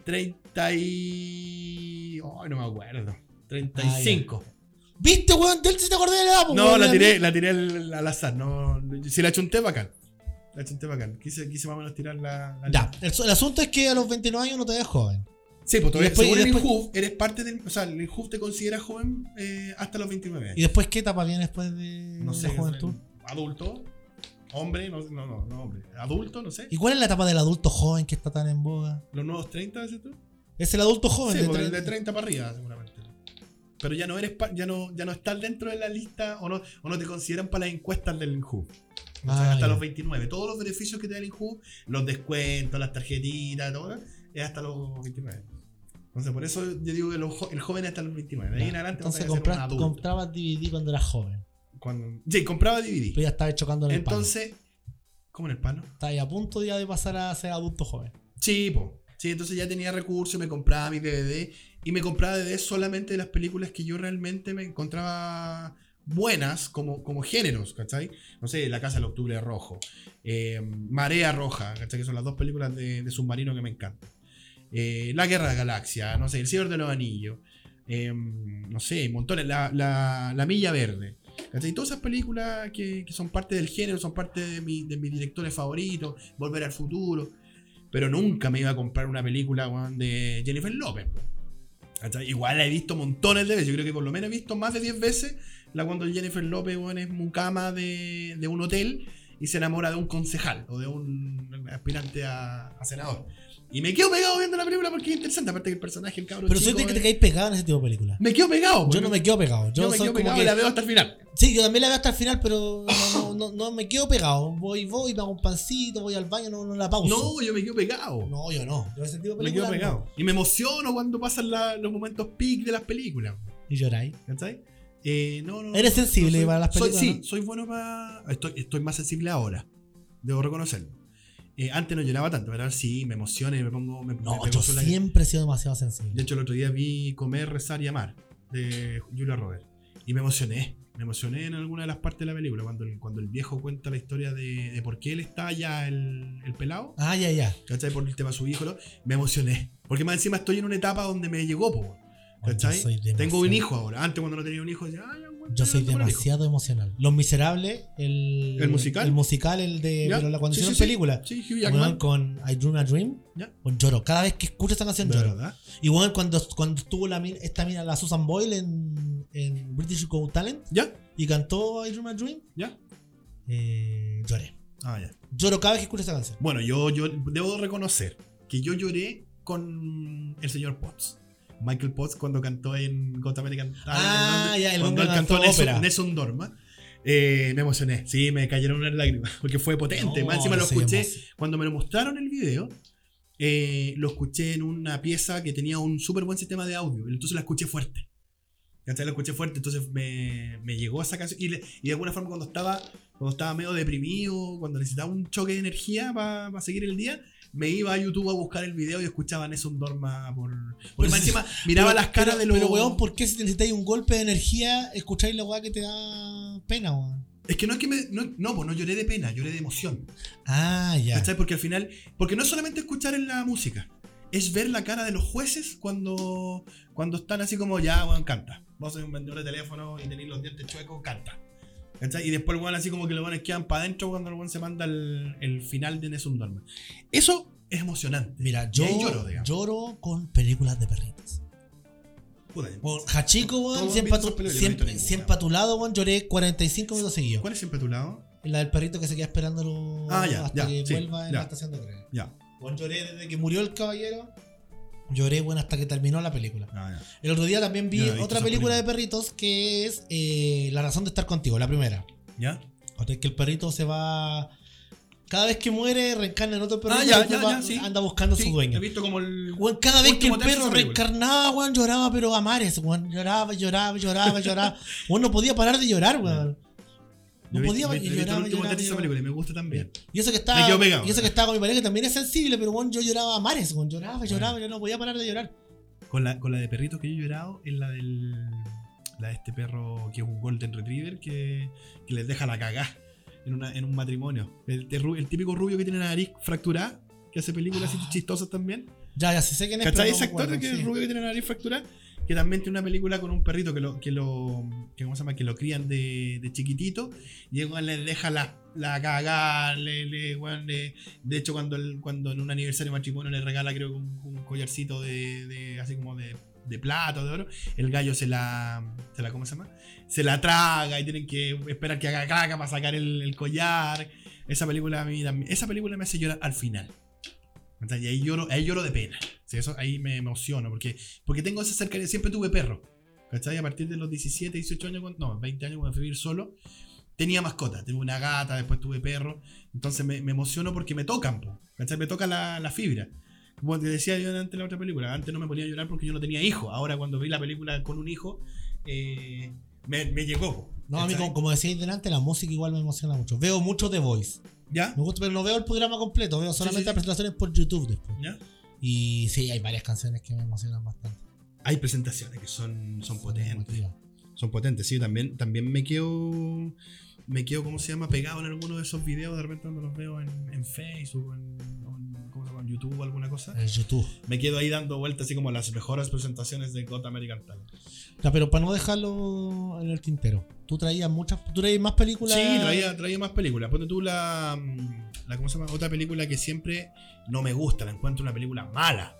30 y. Oh, no me acuerdo. 35.
¿Viste, weón? Del si te acordás de la edad, po,
no,
Ah, weón,
la
de
tiré,
mí.
la tiré al, al azar. No, no, si la chunté, bacán. La chunté bacán. Quise, quise más o menos tirar la. la-
Ya, el, el asunto es que a los 29 años no te ves joven.
Sí, pues todavía
Y después-
según
y
el
después-
INJUV, eres parte del. O sea, el INJUV te considera joven eh, hasta los 29
¿Y
años.
después qué etapa viene después de
No sé.
la juventud?
Adulto, hombre, no, no, no, no, hombre. Adulto, no sé.
¿Y cuál es la etapa del adulto joven que está tan en boga?
Los nuevos 30, ¿sí tú?
Es el adulto joven.
Sí,
de
pues, el
30.
de 30 para arriba, seguramente. Pero ya no eres pa- ya no, ya no estás dentro de la lista o no, o no te consideran para las encuestas del INJUV. O sea,
Ah, ya.
hasta los 29. Todos los beneficios que te da el INJUV, los descuentos, las tarjetitas, todo, es hasta los 29. Entonces, por eso yo digo que los jo- el joven es hasta los 29. De ahí en
Ya.
adelante
Entonces
pasa a ser un
compras-
adulto.
comprabas DVD cuando eras joven.
Cuando... Sí, compraba
Pero
DVD.
ya estabas chocando en el Entonces,
Entonces, ¿cómo en el pano?
Estabas a punto ya de pasar a ser adulto joven.
Sí, po. Sí, entonces ya tenía recursos, me compraba mi DVD y me compraba DVD solamente de las películas que yo realmente me encontraba buenas como, como géneros, ¿cachai? No sé, La Casa del Octubre Rojo, eh, Marea Roja, ¿cachai? Que son las dos películas de, de submarino que me encantan. Eh, la Guerra de la Galaxia, no sé, El Señor de los Anillos, eh, no sé, montones, la, la, la Milla Verde. ¿Cachai? Todas esas películas que, que son parte del género, son parte de, mi- de mis directores favoritos, Volver al Futuro. Pero nunca me iba a comprar una película weón, de Jennifer López. po. ¿Cachai? Igual la he visto montones de veces. Yo creo que por lo menos he visto más de 10 veces la cuando Jennifer López weón, es mucama de, de un hotel y se enamora de un concejal o de un aspirante a, a senador. Y me quedo pegado viendo la película porque es interesante. Aparte que el personaje, el cabrón.
Pero
chico,
soy de que te
es-
caes pegado en ese tipo de películas.
Me quedo pegado.
Yo
porque-
no me quedo pegado. Yo,
yo me
soy
quedo
como
pegado
que-
y la veo hasta el final.
Sí, yo también la veo hasta el final, pero no, no, no, no me quedo pegado. Voy, voy, me hago un pancito, voy al baño, no, no la pauso.
No, yo me quedo pegado.
No, yo no. Yo ese tipo de
me quedo
películas no.
pegado. Y me emociono cuando pasan la- los momentos peak de las películas.
Y lloráis.
¿Cachai? Eh, no, no.
Eres sensible
soy-
para las
soy-
películas,
sí,
¿no?
soy bueno para. Estoy, estoy más sensible ahora. Debo reconocerlo. Eh, antes no lloraba tanto, pero ahora sí, me emociona y me pongo. Me, me
No,
pego
yo
sola.
siempre he sido demasiado sensible.
De hecho, el otro día vi Comer, Rezar y Amar de Julia Roberts. Y me emocioné. Me emocioné en alguna de las partes de la película. Cuando el, cuando el viejo cuenta la historia de, de por qué él está allá, el, el pelado.
Ah, ya, ya.
¿cachai? Por el tema de su hijo, ¿no? me emocioné. Porque más encima estoy en una etapa donde me llegó, po,
Oye,
¿cachai?
soy demasiado-
Tengo un hijo ahora. Antes, cuando no tenía un hijo, decía, ay, ya, weón,
Yo soy
Como la dijo.
demasiado emocional. Los Miserables, el,
¿El musical?
El musical, el de.
Ya,
Pero la, cuando
sí,
hicieron
sí, sí.
película.
Sí, Hugh
weón,
Jackman.
con I Dream a Dream.
Ya.
Con lloro. Cada vez que escucho esta canción lloro.
¿Verdad?
Y bueno, cuando, cuando estuvo la, min- esta mina, la Susan Boyle, en, en British Go Talent
¿Ya?
y cantó I Dream a Dream,
¿Ya?
eh, lloré.
Ah, ya.
Lloro cada vez que escucho esta canción.
Bueno, yo, yo debo reconocer que yo lloré con el señor Potts. Michael Potts cuando cantó en Gotham American Talent,
Ah,
en Londres,
ya, el
cuando
hombre
él cantó
cantó
Nelson,
ópera.
Nelson Dorma. Eh, me emocioné, sí, me cayeron unas lágrimas, [LAUGHS] porque fue potente.
No,
Más encima lo
sí,
escuché,
emoción.
cuando me lo mostraron el video, eh, lo escuché en una pieza que tenía un súper buen sistema de audio. Entonces la escuché fuerte. ¿Cachai? La escuché fuerte, entonces me, me llegó esa canción. Y, le- y de alguna forma, cuando estaba, cuando estaba medio deprimido, cuando necesitaba un choque de energía para seguir el día, me iba a YouTube a buscar el video y escuchaba a Nelson Dorma por. Porque
Pero-
más encima miraba
Pero-
las caras
pero-
de los.
Pero, weón, ¿por qué si necesitáis un golpe de energía, escucháis la weá que te da pena, weón?
Es que no es que me. No, no, pues no lloré de pena, lloré de emoción.
Ah, ya.
¿Cachai? Porque al final, porque no es solamente escuchar en la música, es ver la cara de los jueces cuando, cuando están así como, ya, weón, canta. Vos sois un vendedor de teléfono y tenéis los dientes chuecos, canta. ¿Cachai? Y después, weón, así como que los weones quedan para adentro cuando el weón se manda el, el final de Nessun Dorma. Eso es emocionante.
Mira,
Y
yo
ahí
lloro,
lloro, digamos.
con películas de perritas.
Puta,
Con Hachiko, weón,
Todos
siempre, a
han visto
tu,
esas películas,
siempre-
no he visto ninguna.
siempre a tu lado, weón, lloré 45 minutos seguidos.
¿Cuál es siempre tu lado?
La del perrito que se queda esperándolo
Ah, ya,
hasta
ya,
que
sí,
vuelva en
ya.
la estación de tren.
Ya.
Bueno, lloré desde que murió el caballero. Lloré, bueno, hasta que terminó la película.
Ah, ya.
El otro día también vi
Yo no he visto
otra
esa
película de perritos que es eh, La razón de estar contigo, la primera.
¿Ya?
Cuando es que el perrito se va. Cada vez que muere, reencarna en otro perrito
Ah,
y
ya,
después
ya,
va-
ya, sí.
anda buscando a
Sí,
su dueño.
he visto como el.
Weón, cada vez que el
Último tercio
perro
de esa película.
reencarnaba, weón, lloraba, pero a mares, weón. Lloraba, lloraba, lloraba,
[LAUGHS]
lloraba. Weón, no podía parar de llorar, weón. No
Yo he visto-
podía
he
parar
visto
de
el
llorar.
último tercio de esa película y me gusta también.
Y eso que
Me
estaba,
quedo pegado.
y eso que estaba con mi pareja que también es sensible, pero bueno, yo lloraba a mares, weón. lloraba, lloraba, yo no podía parar de llorar.
Con la, con la de perritos que yo he llorado es la del. La de este perro que es un Golden Retriever que, que les deja la cagá en, una, en un matrimonio. El, el ru- el típico rubio que tiene la nariz fracturada, que hace películas
Ah.
así chistosas también.
Ya, ya sí sé quién es. pero
¿Cachai?
no
Ese
me
actor
acuerdo,
que
sí.
es rubio que tiene la nariz fracturada, que también tiene una película con un perrito que lo, que lo, que ¿cómo se llama? Que lo crían de, de chiquitito. Y el weón les deja la, la cagá, le, le- weón, le- de hecho cuando, el- cuando en un aniversario de matrimonio le regala creo que un, un collarcito de, de- así como de, de plata o de oro, el gallo se la, se la, ¿cómo se llama? Se la traga y tienen que esperar que haga caca para sacar el, el collar. Esa película a mí también, esa película me hace llorar al final. ¿Cachai? Y ahí lloro, ahí lloro de pena. Sí, eso, ahí me emociono porque, porque tengo esa cercanía. Siempre tuve perro. ¿Cachai? A partir de los 17, 18 años, cuando- no, 20 años cuando fui a vivir solo, tenía mascota. Tuve una gata, después tuve perro. Entonces me, me emociono porque me tocan, po, ¿cachai? Me toca la, la fibra. Como te decía yo antes en la otra película, antes no me ponía a llorar porque yo no tenía hijo. Ahora cuando vi la película con un hijo, eh, me, me llegó. po,
No, a mí,
¿cachai?
como, como decíais delante, la música igual me emociona mucho. Veo mucho The Voice.
¿Ya?
Me gusta, pero no veo el programa completo, veo solamente
sí,
las
sí.
presentaciones por YouTube después.
¿Ya?
Y sí, hay varias canciones que me emocionan bastante.
Hay presentaciones que son, son potentes.
emotivas.
son potentes, sí, también, también me quedo, me quedo, ¿cómo se llama? Pegado en alguno de esos videos, de repente cuando los veo en, en Facebook, o en, o en- ¿cómo se llama? en YouTube o alguna cosa.
El Eh, YouTube.
Me quedo ahí dando vueltas, así como las mejores presentaciones de Got American Talent.
Ya, pero para no dejarlo en el tintero, tú traías muchas, tú traías más películas.
Sí, traía, traía más películas. Ponte tú la, mm, la, ¿cómo se llama? Otra película que siempre no me gusta, la encuentro una película mala,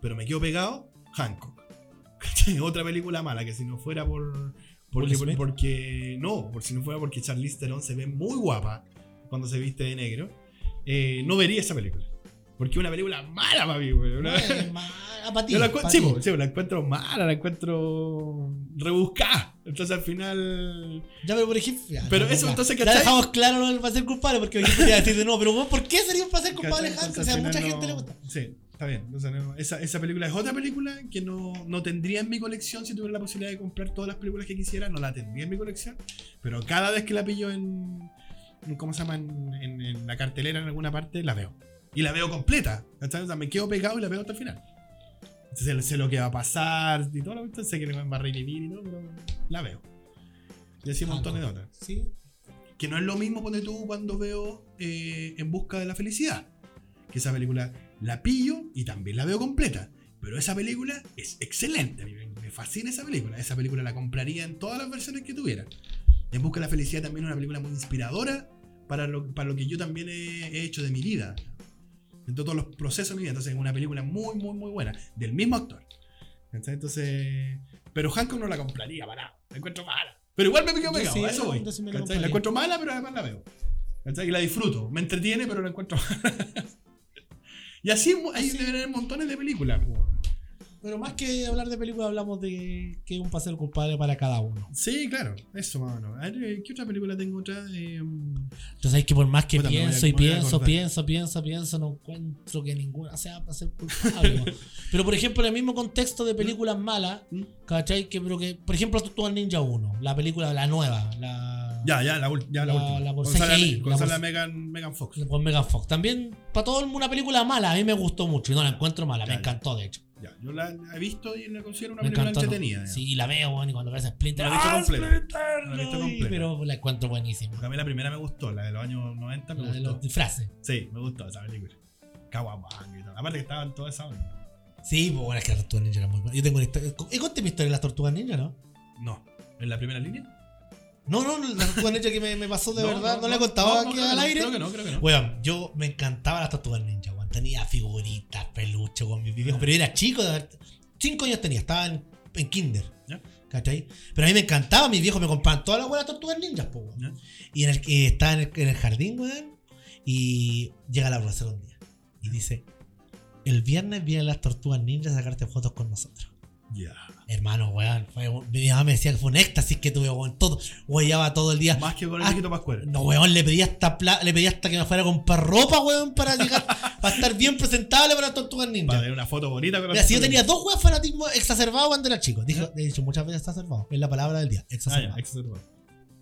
pero me quedo pegado, Hancock. [LAUGHS] ¿Cachai? Otra película mala, que si no fuera por... Porque,
Will Smith.
porque- no, por si no fuera porque Charlize Theron se ve muy guapa cuando se viste de negro, eh, no vería esa película. Porque es una película mala para mí, güey. [LAUGHS] Una-
No, es más- ah, pa' ti,
yo la,
pa'
encuentro, sí, pues.
ti.
po, sí, po, la encuentro mala, la encuentro rebuscada. Entonces al final...
Ya, pero por ejemplo. ya,
Pero
no,
eso,
ya.
entonces,
Ya
¿cachai?
dejamos claro lo del placer culpable, porque hoy quería decir de nuevo, pero vos, ¿por qué sería un placer culpable
¿Cachai?
Hancock? O
Entonces,
sea,
al
mucha
final
gente le
no-
gusta.
Sí, está bien. O sea, no- esa, esa película es otra película que no, no tendría en mi colección si tuviera la posibilidad de comprar todas las películas que quisiera. No la tendría en mi colección. Pero cada vez que la pillo en. en- ¿Cómo se llama? En, en- en la cartelera en alguna parte, la veo. Y la veo completa. ¿cachai? O sea, me quedo pegado y la veo hasta el final. Entonces sé lo que va a pasar y todo. Entonces sé que me van a revivir y todo, pero la veo. Y así un montón de
Hancock.
otras.
Sí.
Que no es lo mismo, ponte tú, cuando veo eh, En Busca de la Felicidad. Que esa película la pillo y también la veo completa. Pero esa película es excelente. A mí me, me fascina esa película. Esa película la compraría en todas las versiones que tuviera. En Busca de la Felicidad también es una película muy inspiradora para lo, para lo que yo también he, he hecho de mi vida. En todos los procesos de mi vida. Entonces es una película muy, muy, muy buena. Del mismo actor. ¿Cachai? Entonces... Pero Hancock no la compraría para nada. La encuentro mala. Pero igual me quedo
Yo
pegado.
sí,
a eso voy.
yo sí me la
¿Cachai?
compraría.
la encuentro mala, pero además la veo. ¿Cachai? Y la disfruto. Me entretiene, pero la encuentro [LAUGHS] mala. y así mu- hay
Sí.
deben haber montones de películas. po.
Pero más que hablar de películas, hablamos de que es un paseo culpable para cada uno.
Sí, claro. Eso, mano. A ver, eh, ¿Qué otra película tengo otra? Eh,
Entonces es que por más que
Puta, me voy a-
pienso y
me voy a
pienso,
acordar.
pienso, pienso, pienso, no encuentro que ninguna sea para ser culpable.
[LAUGHS]
weón. pero por ejemplo, en el mismo contexto de películas malas,
¿Mm?
¿cachai? Que, pero que, por ejemplo, Tortugas Ninja 1, la película, la nueva, la
ya, ya, la, ul- ya, la,
La-
última.
la por
Gonzala,
CGI, la
Gonzala
por-
Megan, Megan Fox.
con Megan Fox. También para todo el mundo una película mala, a mí me gustó mucho y no la encuentro mala,
Ya,
me
ya.
encantó de hecho.
Ya, yo la he visto y la considero una
me
película
encantó. ¿no?
entretenida. ya.
Sí, y la veo, weón, y cuando ves Splinter,
La he visto
¡Ah,
completa.
Splinter!
La he visto
Ay,
completa.
Pero la encuentro buenísima.
Porque a mí la primera me gustó, la de los años 90 me
La de
gustó.
los disfraces.
Sí, me gustó esa película. Kawabanga y todo. Aparte que estaban todas esas.
Sí, pues bueno, es que las tortugas ninja eran muy buenas. Yo tengo una historia. ¿Y conté mi historia de las tortugas ninja, no?
No. ¿En la primera línea?
No, no, [LAUGHS] las tortugas ninja que me, me pasó de verdad, no, la he contado
no,
aquí
creo que
al
no,
aire.
Creo que no, creo que no.
Weón, yo me encantaba las tortugas ninja, weón. Tenía figuritas, peluches, con mis
Ah.
videos. Pero yo era chico, de haber- cinco años tenía, estaba en, en kinder.
Ya.
¿Cachai? Pero a mí me encantaba, mis viejos me compraban todas las buenas tortugas ninjas, po, weón.
Ya.
Y en el, que estaba en el, en el jardín, weón. Y llega la profesora un día. Y dice: El viernes vienen las tortugas ninjas a sacarte fotos con nosotros.
Ya.
Hermano, weón. fue un- mi mamá me decía que fue un éxtasis que tuve, weón. Todo, guayaba todo el día.
Más que con el
Ah,
viejito Pascual.
No, weón, le pedí hasta pla- le pedí hasta que me fuera a comprar ropa, weón, para
[LAUGHS]
llegar, para estar bien presentable para Tortugas
Para
Ninja.
ver una foto bonita con la
Mira, si yo tenía dos weón fanatismo exacerbado cuando era chico. Dijo, de hecho, muchas veces exacerbado. Es la palabra del día,
Ah, ya,
exacerbado.
exacerbado.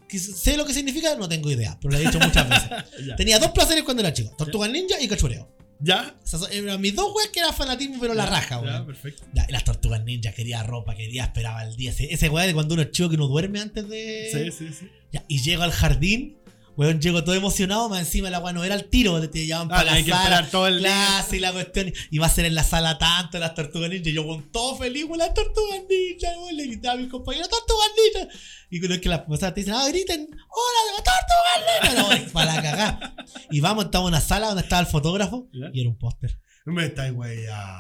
Que sé lo que significa, no tengo idea, pero lo he dicho muchas
[LAUGHS]
veces.
Ya.
Tenía dos placeres cuando era chico, Tortugas Ninja y cachureo.
Ya.
Esas son- eran mis dos weas que eran fanatismo, pero la
Ya,
raja,
Ya,
weón.
perfecto.
Ya, y las tortugas ninja, quería ropa, quería, esperaba el día. Ese, ese weón de cuando uno es chico que no duerme antes de.
Sí, sí, sí.
Ya, y llego al jardín, weón, llego todo emocionado, más encima la weón no era el tiro, te, te llevaban
Ah,
para
hay
la
que
sala,
esperar todo el día.
clase y la cuestión, y va a ser en la sala tanto, las tortugas ninja, y yo con todo feliz, weón, las tortugas ninja, weón, le gritaba a mi compañero, tortugas ninja, y cuando es que las personas te dicen, ah, griten, hola, tortugas ninja, No, weón, para la cagá. Y vamos, estamos en una sala donde estaba el fotógrafo,
Ya.
y era un póster,
Me estáis weyando.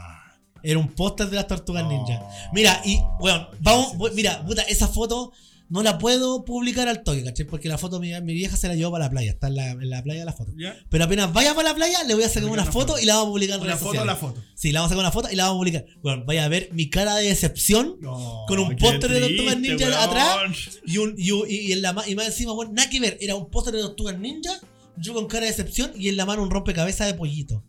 era un póster de las tortugas ninja. Mira, y, weón,
qué
vamos,
sensación.
mira, puta, esa foto no la puedo publicar al toque, ¿cachai? Porque la foto mi, mi vieja se la llevó para la playa, está en la, en la playa la foto.
Ya.
Pero apenas vaya para la playa, le voy a sacar
Publicar
una
una
foto
foto.
y la vamos a publicar en
Una
redes
foto,
sociales.
la foto.
Sí, la vamos a sacar una foto y la vamos a publicar. Bueno, vaya a ver mi cara de decepción
No,
Con un
qué
póster de
triste,
Tortugas Ninja
weón. [LAUGHS]
atrás. y, un, y, un- y en la ma- y más encima, bueno, nada que ver, era un póster de Tortugas Ninja, yo con cara de decepción y en la mano un rompecabezas de pollito.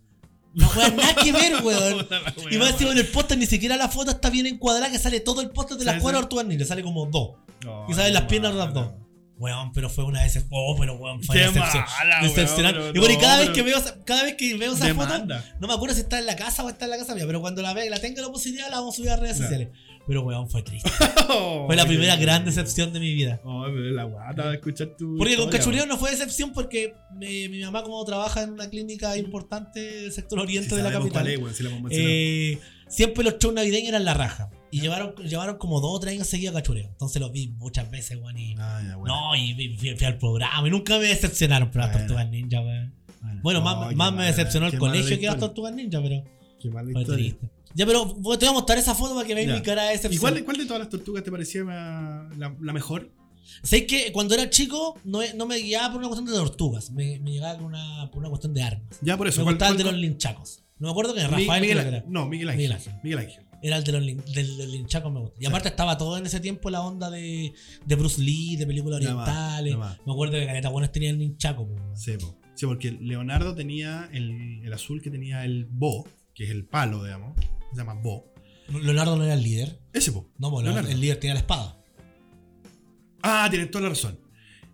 No,
[LAUGHS]
weón, nada que ver, weón.
Puta [LAUGHS] la
Y
weá,
más encima en el póster ni siquiera la foto está bien encuadrada que sale todo el póster de las
Sí,
cuatro
sí.
tortugas ninja, sale como dos.
No,
Y sabes, las
qué
piernas de las
mala.
dos. Weón, pero fue una vez. Oh, pero weón, fue
Qué
decepcion-
mala, weón,
decepcionante.
pero
y bueno, y
no,
cada vez
pero-
que veo esa, cada vez que veo esa foto,
Demanda.
no me acuerdo si está en la casa o está en la casa mía, pero cuando la vea y la tenga la posibilidad, la vamos a subir a redes
Claro. Oh,
sociales. Pero weón, fue triste. [LAUGHS] Fue la primera gran decepción de mi vida.
Ay, me da la guata de escuchar tu.
Porque con
historia,
Cachureo no fue decepción porque eh, mi mamá, como trabaja en una clínica importante del sector
weón. Si
oriente de la
sabemos
capital,
cuál es, weón, si la hemos mencionado.
Eh, siempre los shows navideños eran la raja. Y llevaron, llevaron como dos o tres años seguidos a Cachureo. Entonces los vi muchas veces, weón. Y,
Ah, ya, bueno.
no, y vi- fui, fui al programa. Y nunca me decepcionaron por las
Bueno.
tortugas ninja, weón. Bueno,
No,
más,
qué
más me
mala-
decepcionó el
qué mala
colegio que las
historia.
tortugas ninja, pero
Qué mala
fue
historia.
triste. Ya, pero bueno, te voy a mostrar esa foto para que veas
Ya.
mi cara de
¿Y
decepción.
cuál, cuál de todas las tortugas te parecía la, la- la mejor?
¿Sabes que cuando era chico no, no me guiaba por una cuestión de tortugas? Me, me llegaba por una, por una cuestión de armas.
Ya por eso.
Me
¿cuál-
gustaba el de
cuál-
los linchacos. No me acuerdo que
Mi-
Rafael
Miguel
creo que era.
Ángel. No, Miguel Ángel.
Miguel
Miguel
Ángel.
Ángel.
Era el de los, lin- del, del linchaco me gusta. Y aparte estaba todo en ese tiempo la onda de, de Bruce Lee, de películas
Nada más,
orientales.
nada más.
Me acuerdo que Caleta Buenas tenía el linchaco. pues, po, weón.
Sí, po. Sí, porque Leonardo tenía el, el azul que tenía el bo, que es el palo, digamos. Se llama bo.
Leonardo no era el líder.
Ese bo.
No, po,
Leonardo.
el líder tenía la espada.
Ah, tienes toda la razón.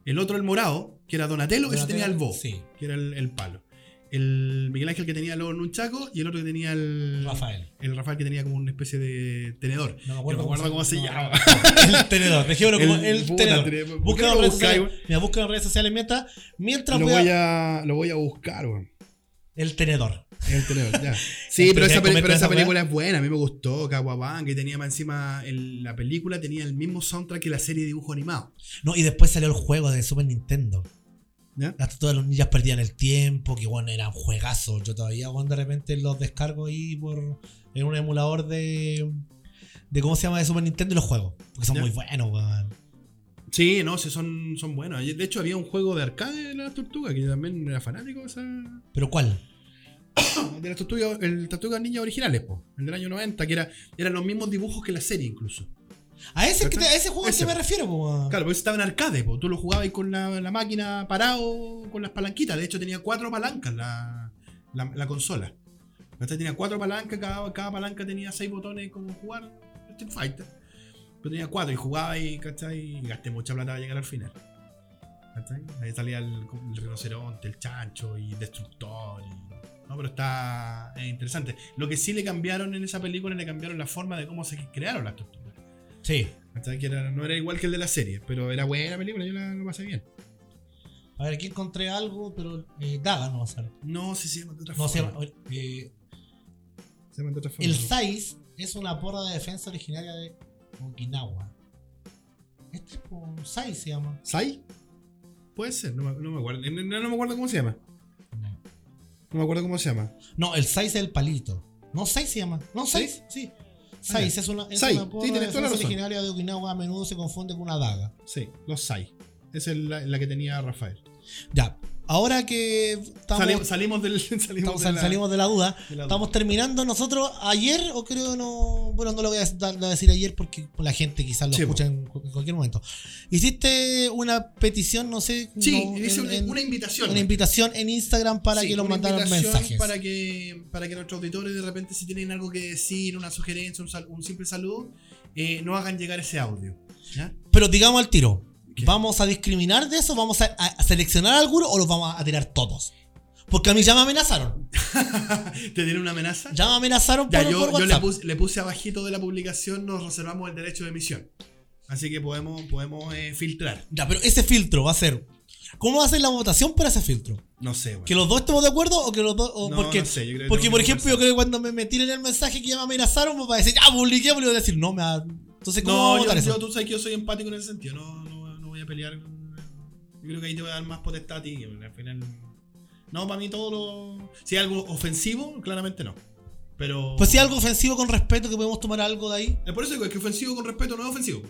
El otro, el morado, que era Donatello, ese tenía el bo,
Sí,
que era el, el palo. El Miguel Ángel que tenía luego en un chaco y el otro que tenía el.
Rafael.
El Rafael que tenía como una especie de tenedor.
No me
acuerdo
acuerdo,
cómo se
no,
llama.
no, [LAUGHS] El tenedor. Dejémoslo como el,
puta,
tenedor.
tenía- ¿por qué
Busca
no
en
lo
redes
buscáis,
sociales. Mira, busca en redes sociales mientras, mientras
weón? Lo
voy a-
voy a, lo voy a buscar, weón.
El tenedor.
Es un
[LAUGHS]
tenedor, ya.
Ya
Sí, pero
empecé a
esa, peli-
comer
pero
con
esa
esa
película es buena. A mí me gustó. Kawabang, que tenía más encima. el- la película tenía el mismo soundtrack que la serie de dibujo animado.
No, y después salió el juego de Super Nintendo.
¿Ya?
Hasta todos los ninjas perdían el tiempo, que bueno, eran juegazos. Yo todavía, bueno, de repente los descargo ahí por, en un emulador de, de. ¿Cómo se llama? De Super Nintendo y los juegos. Porque son
¿Ya?
muy buenos, weón.
Sí, no, sí, son, son buenos. De hecho, había un juego de arcade de la tortuga que yo también era fanático. O sea,
¿Pero cuál?
de las tortugas, el Tortuga Ninja originales, po, el del año 90, que era, eran los mismos dibujos que la serie incluso.
A ese, que te- a ese juego
Ese,
a que me
po.
refiero, po, weón.
Claro, porque eso estaba en arcade, po. tú lo jugabas ahí con la, la máquina parado, con las palanquitas. De hecho, tenía cuatro palancas la, la, la consola. Entonces, tenía cuatro palancas, cada, cada palanca tenía seis botones como jugar Street Fighter. Pero tenía cuatro y jugaba y, ¿cachai? Y gasté mucha plata para llegar al final. ¿Cachai? Ahí salía el, el rinoceronte, el chancho y el destructor. y- no, pero está es interesante. Lo que sí le cambiaron en esa película, le cambiaron la forma de cómo se crearon las tortugas.
Sí.
¿Cachai? Que era- no era igual que el de la serie, pero era buena película, yo la, la pasé bien.
A ver, aquí encontré algo, pero. eh, Daga no va a ser.
No, sí se llama de otra
No se
forma.
llama. eh,
Se llama de otra forma.
el Zais es una porra de defensa originaria de Okinawa. Este es un Zais se llama.
¿Sai? Puede ser, no me, no me acuerdo. No, no me acuerdo cómo se llama.
No.
No me acuerdo cómo se llama.
No, el 6 es el palito. No, 6 se llama. No, 6, sí. 6 es una, es
Sai,
una
Ah, sí,
porra de
tienes toda la
defensa
razón.
originaria de Okinawa. A menudo se confunde con una daga.
Sí, los Sai. Esa es la, la que tenía Rafael.
Ya, ahora que estamos,
Salimos- salimos del. [LAUGHS] Salimos
estamos-
de la-
salimos de la duda,
de la duda.
estamos terminando nosotros ayer, o creo no. Bueno, no lo voy a, dar- lo voy a decir ayer porque la gente quizás lo
Sí,
escucha en, cu- en cualquier momento. Hiciste una petición, no sé.
Sí,
no,
hice
en-
una,
en-
una invitación.
una invitación en Instagram para
Sí,
que nos
una
mandaran
invitación
mensajes.
Para que, para que nuestros auditores, de repente, si tienen algo que decir, una sugerencia, un, sal- un simple saludo, eh, no hagan llegar ese audio. ¿ya?
Pero digamos al tiro.
¿Qué?
¿Vamos a discriminar de eso? ¿Vamos a, a seleccionar alguno o los vamos a tirar todos? Porque a mí ya me amenazaron.
¿Te dieron una amenaza?
Ya me amenazaron
Ya,
por,
yo,
por
yo le,
WhatsApp.
puse, le puse abajito de la publicación, nos reservamos el derecho de emisión. Así que podemos, podemos eh, filtrar.
Ya, pero ese filtro va a ser. ¿Cómo va a ser la votación para ese filtro?
No sé, weón.
¿Que los dos estemos de acuerdo o que los dos.? o
No,
porque,
no sé, yo creo que
porque
tengo
por
que
ejemplo, yo creo que cuando me, me tiren el mensaje que ya me amenazaron, me va a decir, ya, publiquémoslo. Y voy a decir, no, me va- Entonces, ¿cómo vamos
No,
a
yo,
votar
yo-
eso?
tú sabes que yo soy empático en ese sentido. No, no, no voy a pelear. con- Yo creo que ahí te voy a dar más potestad a ti. que Al final. No, para mí todo lo. Si hay algo ofensivo, claramente no. Pero.
Pues si hay algo ofensivo con respeto que podemos tomar algo de ahí.
Es por eso que que ofensivo con respeto no es ofensivo.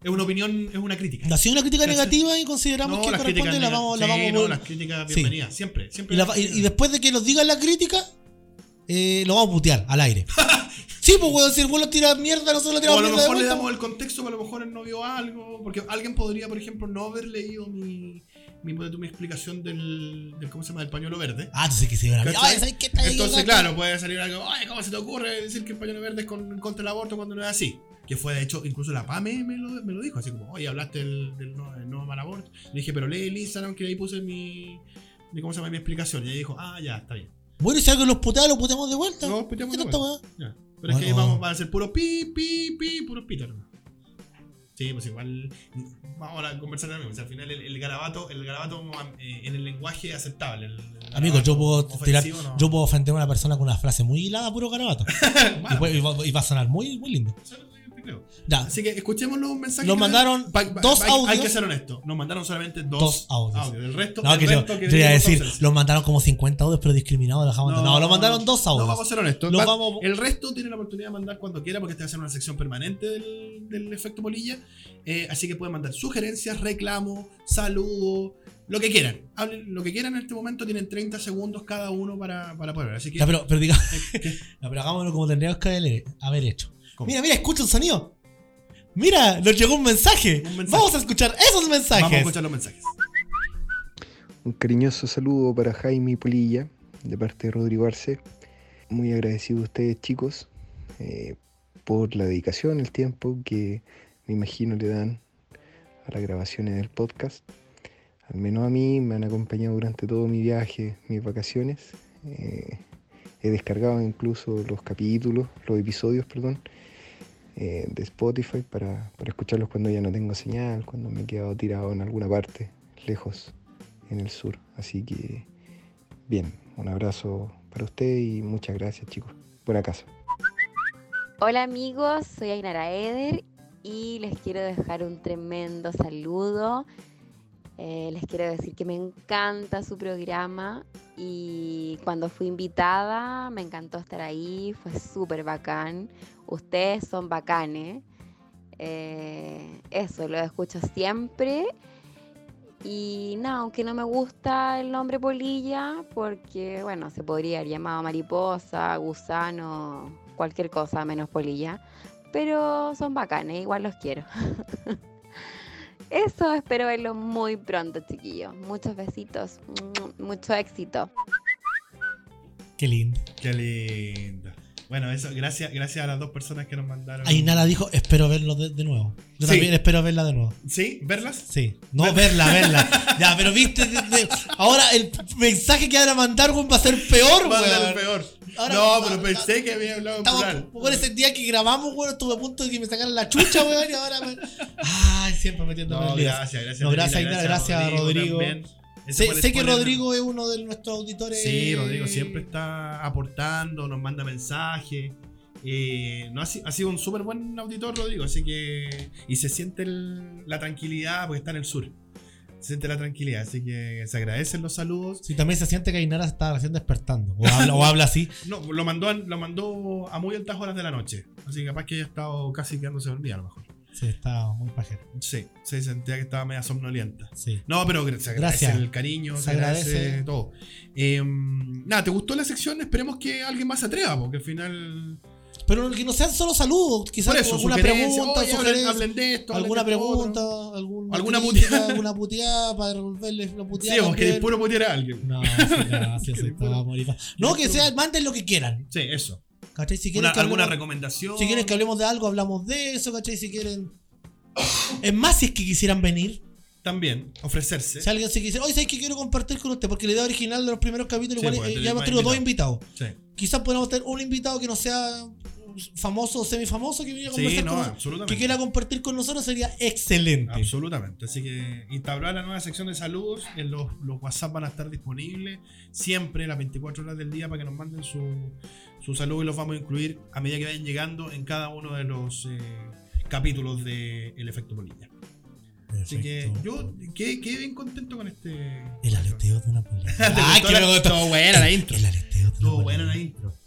Es una opinión, es una crítica.
Ha sido una crítica
¿Cachai?
negativa y consideramos
No,
que
las
corresponde y la
críticas
vamos, la
negativas-
vamos
sí,
a
no, las críticas
Sí.
bienvenidas, siempre, siempre.
Y, la- y- y después de que nos digan la crítica, eh, lo vamos a putear al
[LAUGHS]
aire. sí, pues weón, si el weón lo tira mierda, nosotros lo
O
tiramos
a lo
mierda de
mejor le
vuelta.
damos el contexto, pero a lo mejor él no vio algo. Porque alguien podría, por ejemplo, no haber leído mi, mi, mi explicación del, del- ¿Cómo se llama? Del pañuelo verde.
Ah, entonces que se iban a
¿Cachai?
Ay, ¿sabes qué? Está ahí,
Entonces,
loco.
claro, puede salir algo. Ay, ¿cómo se te ocurre decir que el pañuelo verde es con- contra el aborto cuando no es así? Que fue, de hecho, incluso la PAME me lo, me lo dijo. Así como, oye, hablaste del, del no, del no mal aborto. Le dije, pero lee el Instagram que ahí puse mi. mi- ¿Cómo se llama? Mi explicación. Y ella dijo, ah, ya, está bien.
Bueno, y si alguien los putea, lo puteamos de vuelta.
No, puteamos
¿Qué
de
tanta
vuelta.
weá?
Ya. Pero es que ahí
Bueno.
vamos, van a ser puro pi, pi, pi, puros pitos nomás. Sí, pues igual. Vamos a conversar también. O sea, al final el, el garabato, el garabato eh, en el lenguaje aceptable. el- el
Amigo, yo
garabato
puedo tirar,
ofensivo, no. [LAUGHS]
yo puedo ofender a una persona con una frase muy hilada, puro carabato. y,
Bueno,
puede- y va, y va a sonar muy, muy lindo.
eso es lo que yo creo.
Ya,
Así que escuchemos los mensajes.
Ah. nos
que-
mandaron
Pa- pa-
dos
hay,
audios.
Hay que ser honesto. Nos mandaron solamente dos,
Dos audios.
El resto.
no,
el
que yo,
resto
yo iba a
vimos
decir,
ausencia.
los mandaron como 50 audios, pero discriminados dejamos. No, no, lo mandaron dos audios.
No, vamos a ser honestos.
Los
Va-
vamos-
El resto tiene la oportunidad de mandar cuando quiera, porque esta va a ser una sección permanente del, del efecto polilla. Eh, así que pueden mandar sugerencias, reclamos, saludos, lo que quieran. Hablen lo que quieran en este momento. Tienen 30 segundos cada uno para, para poder. Así que. eh,
Ya, pero, pero diga- [LAUGHS]
¿Qué?
No, pero hagámoslo como tendríamos que haber- haber hecho.
¿Cómo?
Mira, mira, escucha un sonido. Mira, nos llegó un mensaje.
Un mensaje.
Vamos a escuchar esos mensajes.
Vamos a escuchar los mensajes.
Un cariñoso saludo para Jaime y Polilla, de parte de Rodrigo Arce. Muy agradecido a ustedes, chicos, eh, por la dedicación, el tiempo que me imagino le dan a las grabaciones del podcast. Al menos a mí me han acompañado durante todo mi viaje, mis vacaciones. Eh, he descargado incluso los capítulos, los episodios, perdón, eh, de Spotify para, para escucharlos cuando ya no tengo señal, cuando me he quedado tirado en alguna parte, lejos en el sur. Así que, bien, un abrazo para para usted y muchas gracias, chicos. Buena casa.
Hola amigos, soy Ainara Eder y les quiero dejar un tremendo saludo. Eh, les quiero decir que me encanta su programa y cuando fui invitada me encantó estar ahí, fue súper bacán. Ustedes son bacanes. Eh, eso, lo escucho siempre. Y no, aunque no me gusta el nombre polilla, porque bueno, se podría haber llamado mariposa, gusano, cualquier cosa menos polilla. Pero son bacanes, igual los quiero. [LAUGHS] Eso, espero verlos muy pronto, chiquillos. Muchos besitos, mucho éxito.
Qué lindo.
Qué lindo. Bueno, eso, gracias, gracias a las dos personas que nos mandaron.
Ainara dijo, espero verlo de, de nuevo. Yo
Sí.
también espero verla de nuevo.
¿Sí? ¿Verlas?
Sí, no verla,
[LAUGHS]
verla. Ya, pero viste, de- de- ahora el mensaje que van a mandar weón, va a ser peor,
Va a hablar
weón.
peor.
Ahora-
no,
ah,
pero pensé que había hablado en
Estamos
plural.
con ese día que grabamos, weón, estuve a punto de que me sacaran la chucha, weón, y ahora me... Ay, siempre metiéndome
No,
en líos.
gracias, gracias.
No, gracias,
Melina,
Ainara, gracias, Rodrigo.
también. Ese
Sé,
fue el
sé que
spoiler.
Rodrigo es uno de nuestros auditores.
Sí,
Eh,
Rodrigo siempre está aportando, nos manda mensajes. Eh, no, ha, si- ha sido un súper buen auditor, Rodrigo, así que. Y se siente el- la tranquilidad porque está en el sur. Se siente la tranquilidad, así que se agradecen los saludos.
Sí, también se siente que Ainara se está recién despertando. O habla, o habla así.
No, lo mandó, a- lo mandó a muy altas horas de la noche, así que capaz que haya estado casi quedándose dormida a lo mejor.
Sí, está muy pajero.
Sí, se sentía que estaba media somnolienta.
Sí.
No, pero gra- se agradece
Gracias.
el cariño,
Se
se agradece,
agradece.
todo. Eh, nada, ¿te gustó la sección? Esperemos que alguien más se atreva, porque al final.
Pero que no sean solo saludos, quizás
Por eso,
alguna
sugerencias,
pregunta,
oye, hablen-
sugerencia,
hablen de esto, hablen
alguna
de esto otro.
pregunta, alguna,
Alguna
crítica,
puteada.
[LAUGHS] alguna puteada para devolverles la puteada.
Sí, o que
también.
puro putear a alguien.
No, sí,
[LAUGHS]
gracias,
Que le
estaba
puro-
bonita. No, que
puro-
sea, manden lo que quieran.
Sí, eso.
¿Cachai? Si quieren,
Una-
que
¿Alguna
hablemos,
recomendación?
si quieren que hablemos de algo, hablamos de eso, ¿cachai? Si quieren. Es más, si es que quisieran venir,
También, ofrecerse.
si alguien se quisiera, oye, ¿sabes qué quiero compartir con usted? Porque la idea original de los primeros capítulos,
Sí,
igual,
pues,
eh,
tenés
ya hemos
más
tenido dos invitados.
Sí,
Quizás podamos tener un invitado que no sea famoso o semifamoso que viniera a
sí
conversar
no,
con nosotros.
absolutamente.
que quiera compartir con nosotros sería excelente.
Absolutamente. Así que instaurar la nueva sección de saludos. En los, los WhatsApp van a estar disponibles siempre las 24 horas del día para que nos manden su, su saludo y los vamos a incluir a medida que vayan llegando en cada uno de los eh, capítulos de El Efecto Polilla. Así que
Perfecto.
yo quedé, quedé bien contento con este.
El aleteo de una
[LAUGHS]
polilla.
Ah,
Ay, qué me gustó.
Estuvo buena la intro.
El aleteo de una
Estuvo buena
polilla.
la intro. [LAUGHS]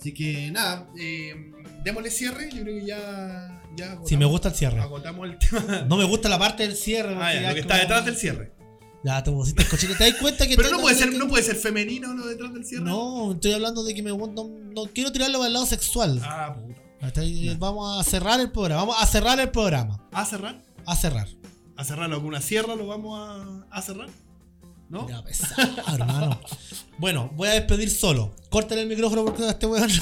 Así que nada, eh, démosle cierre. Yo creo que ya. ya agotamos,
Sí, me gusta el cierre.
Agotamos el tema.
No me gusta la parte del cierre.
Ah,
porque
ya,
ya
lo que
es
está
como-
detrás del cierre.
Ya, te pusiste el cochino. ¿Te das cuenta que
Pero
estoy
no puede ser,
hablando
no
de
puede ser femenino lo detrás del
que-
cierre.
No, estoy hablando de que me no, no quiero tirarlo para el lado sexual.
Ah, puta.
Hasta ahí,
ya.
eh, Vamos a cerrar el programa. Vamos a cerrar el programa.
¿A cerrar?
A cerrar.
¿A cerrarlo con una sierra lo vamos a, a cerrar? ¿No?
Ya, pesado, hermano. Bueno, voy a despedir solo. Corten el micrófono porque no este weón. [LAUGHS]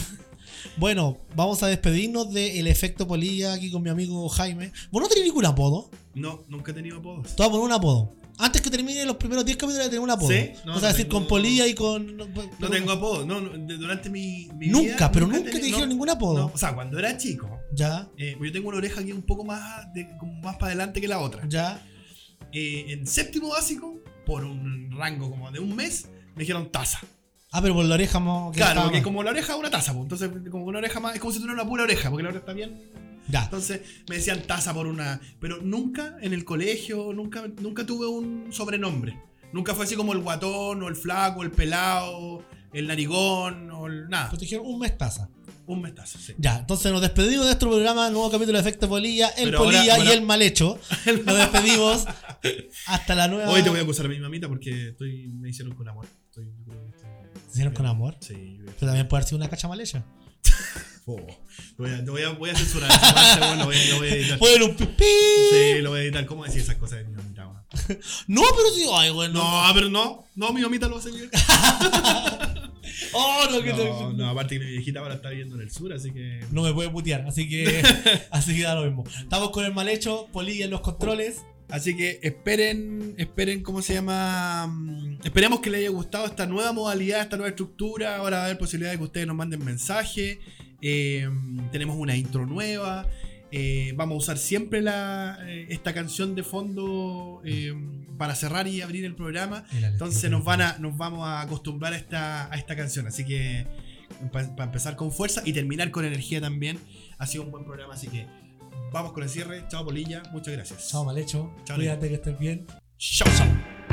Bueno, vamos a despedirnos del efecto polilla aquí con mi amigo Jaime. Vos no tenés ningún apodo.
No, nunca he tenido apodos.
Te voy a poner un apodo. Antes que termine los primeros 10 capítulos, voy a tener un apodo.
Sí, no,
o sea,
no
decir
tengo-
con polilla y con.
No tengo apodos, no, no, de- durante mi, mi
Nunca,
vida
pero nunca
he
te
tenido-
dijeron
no,
ningún apodo.
no, o sea, cuando era chico,
Ya,
eh, yo tengo una oreja que es un poco más, de- como más para adelante que la otra.
ya.
Eh, en séptimo básico, por un rango como de un mes, me dijeron taza.
Ah, pero por la oreja mo- que
Claro,
estaba
porque
mal.
como la oreja es una taza, pues, entonces como una oreja más, es como si tuviera una pura oreja, porque la otra está bien
Ya.
Entonces me decían taza por una. Pero nunca en el colegio, nunca, nunca tuve un sobrenombre. Nunca fue así como el guatón, o el flaco, el pelado, el narigón, o el nada.
Pues te dijeron un mes taza.
Un mestazo, sí.
Ya, entonces nos despedimos de nuestro programa, nuevo capítulo de Efecto Polilla, el
Pero ahora-
polilla
ahora-
y el mal
[LAUGHS]
hecho. Nos despedimos. Hasta la nueva.
Hoy te voy a acusar a mi mamita porque estoy, me hicieron con amor. Estoy, yo creo que estoy-
¿Se hicieron con amor?
Sí, yo-
Pero también puede haber sido una cacha mal hecha.
oh, te voy, a, te voy, a, voy a censurar esa parte, bueno, lo voy, a- lo voy a editar.
Puede haber un pipí.
Sí, lo voy a editar. ¿Cómo decir esas cosas de mi mamita? weón?
No, pero sí. Ay, bueno.
No, ah, pero no. No, mi mamita lo va a [LAUGHS] seguir.
Oh, no, que
No,
te-
no, aparte que mi viejita ahora está viviendo en el sur, así que
No me puede putear, así
[LAUGHS]
que así que da lo mismo. Estamos con el mal hecho, Polilla en los controles.
Así que esperen, esperen, ¿cómo se llama? Mm, Esperemos que les haya gustado esta nueva modalidad, esta nueva estructura. Ahora va a haber posibilidad de que ustedes nos manden mensajes. Eh, tenemos una intro nueva. Eh, vamos a usar siempre la, eh, esta canción de fondo eh, para cerrar y abrir el programa. Entonces nos, van a, nos vamos a acostumbrar a esta, a esta canción. Así que para empezar con fuerza y terminar con energía también. Ha sido un buen programa, así que vamos con el cierre. Chao, Polilla. Muchas gracias.
Chao, mal hecho.
Chao,
Cuídate que estés bien.
Chao, chao.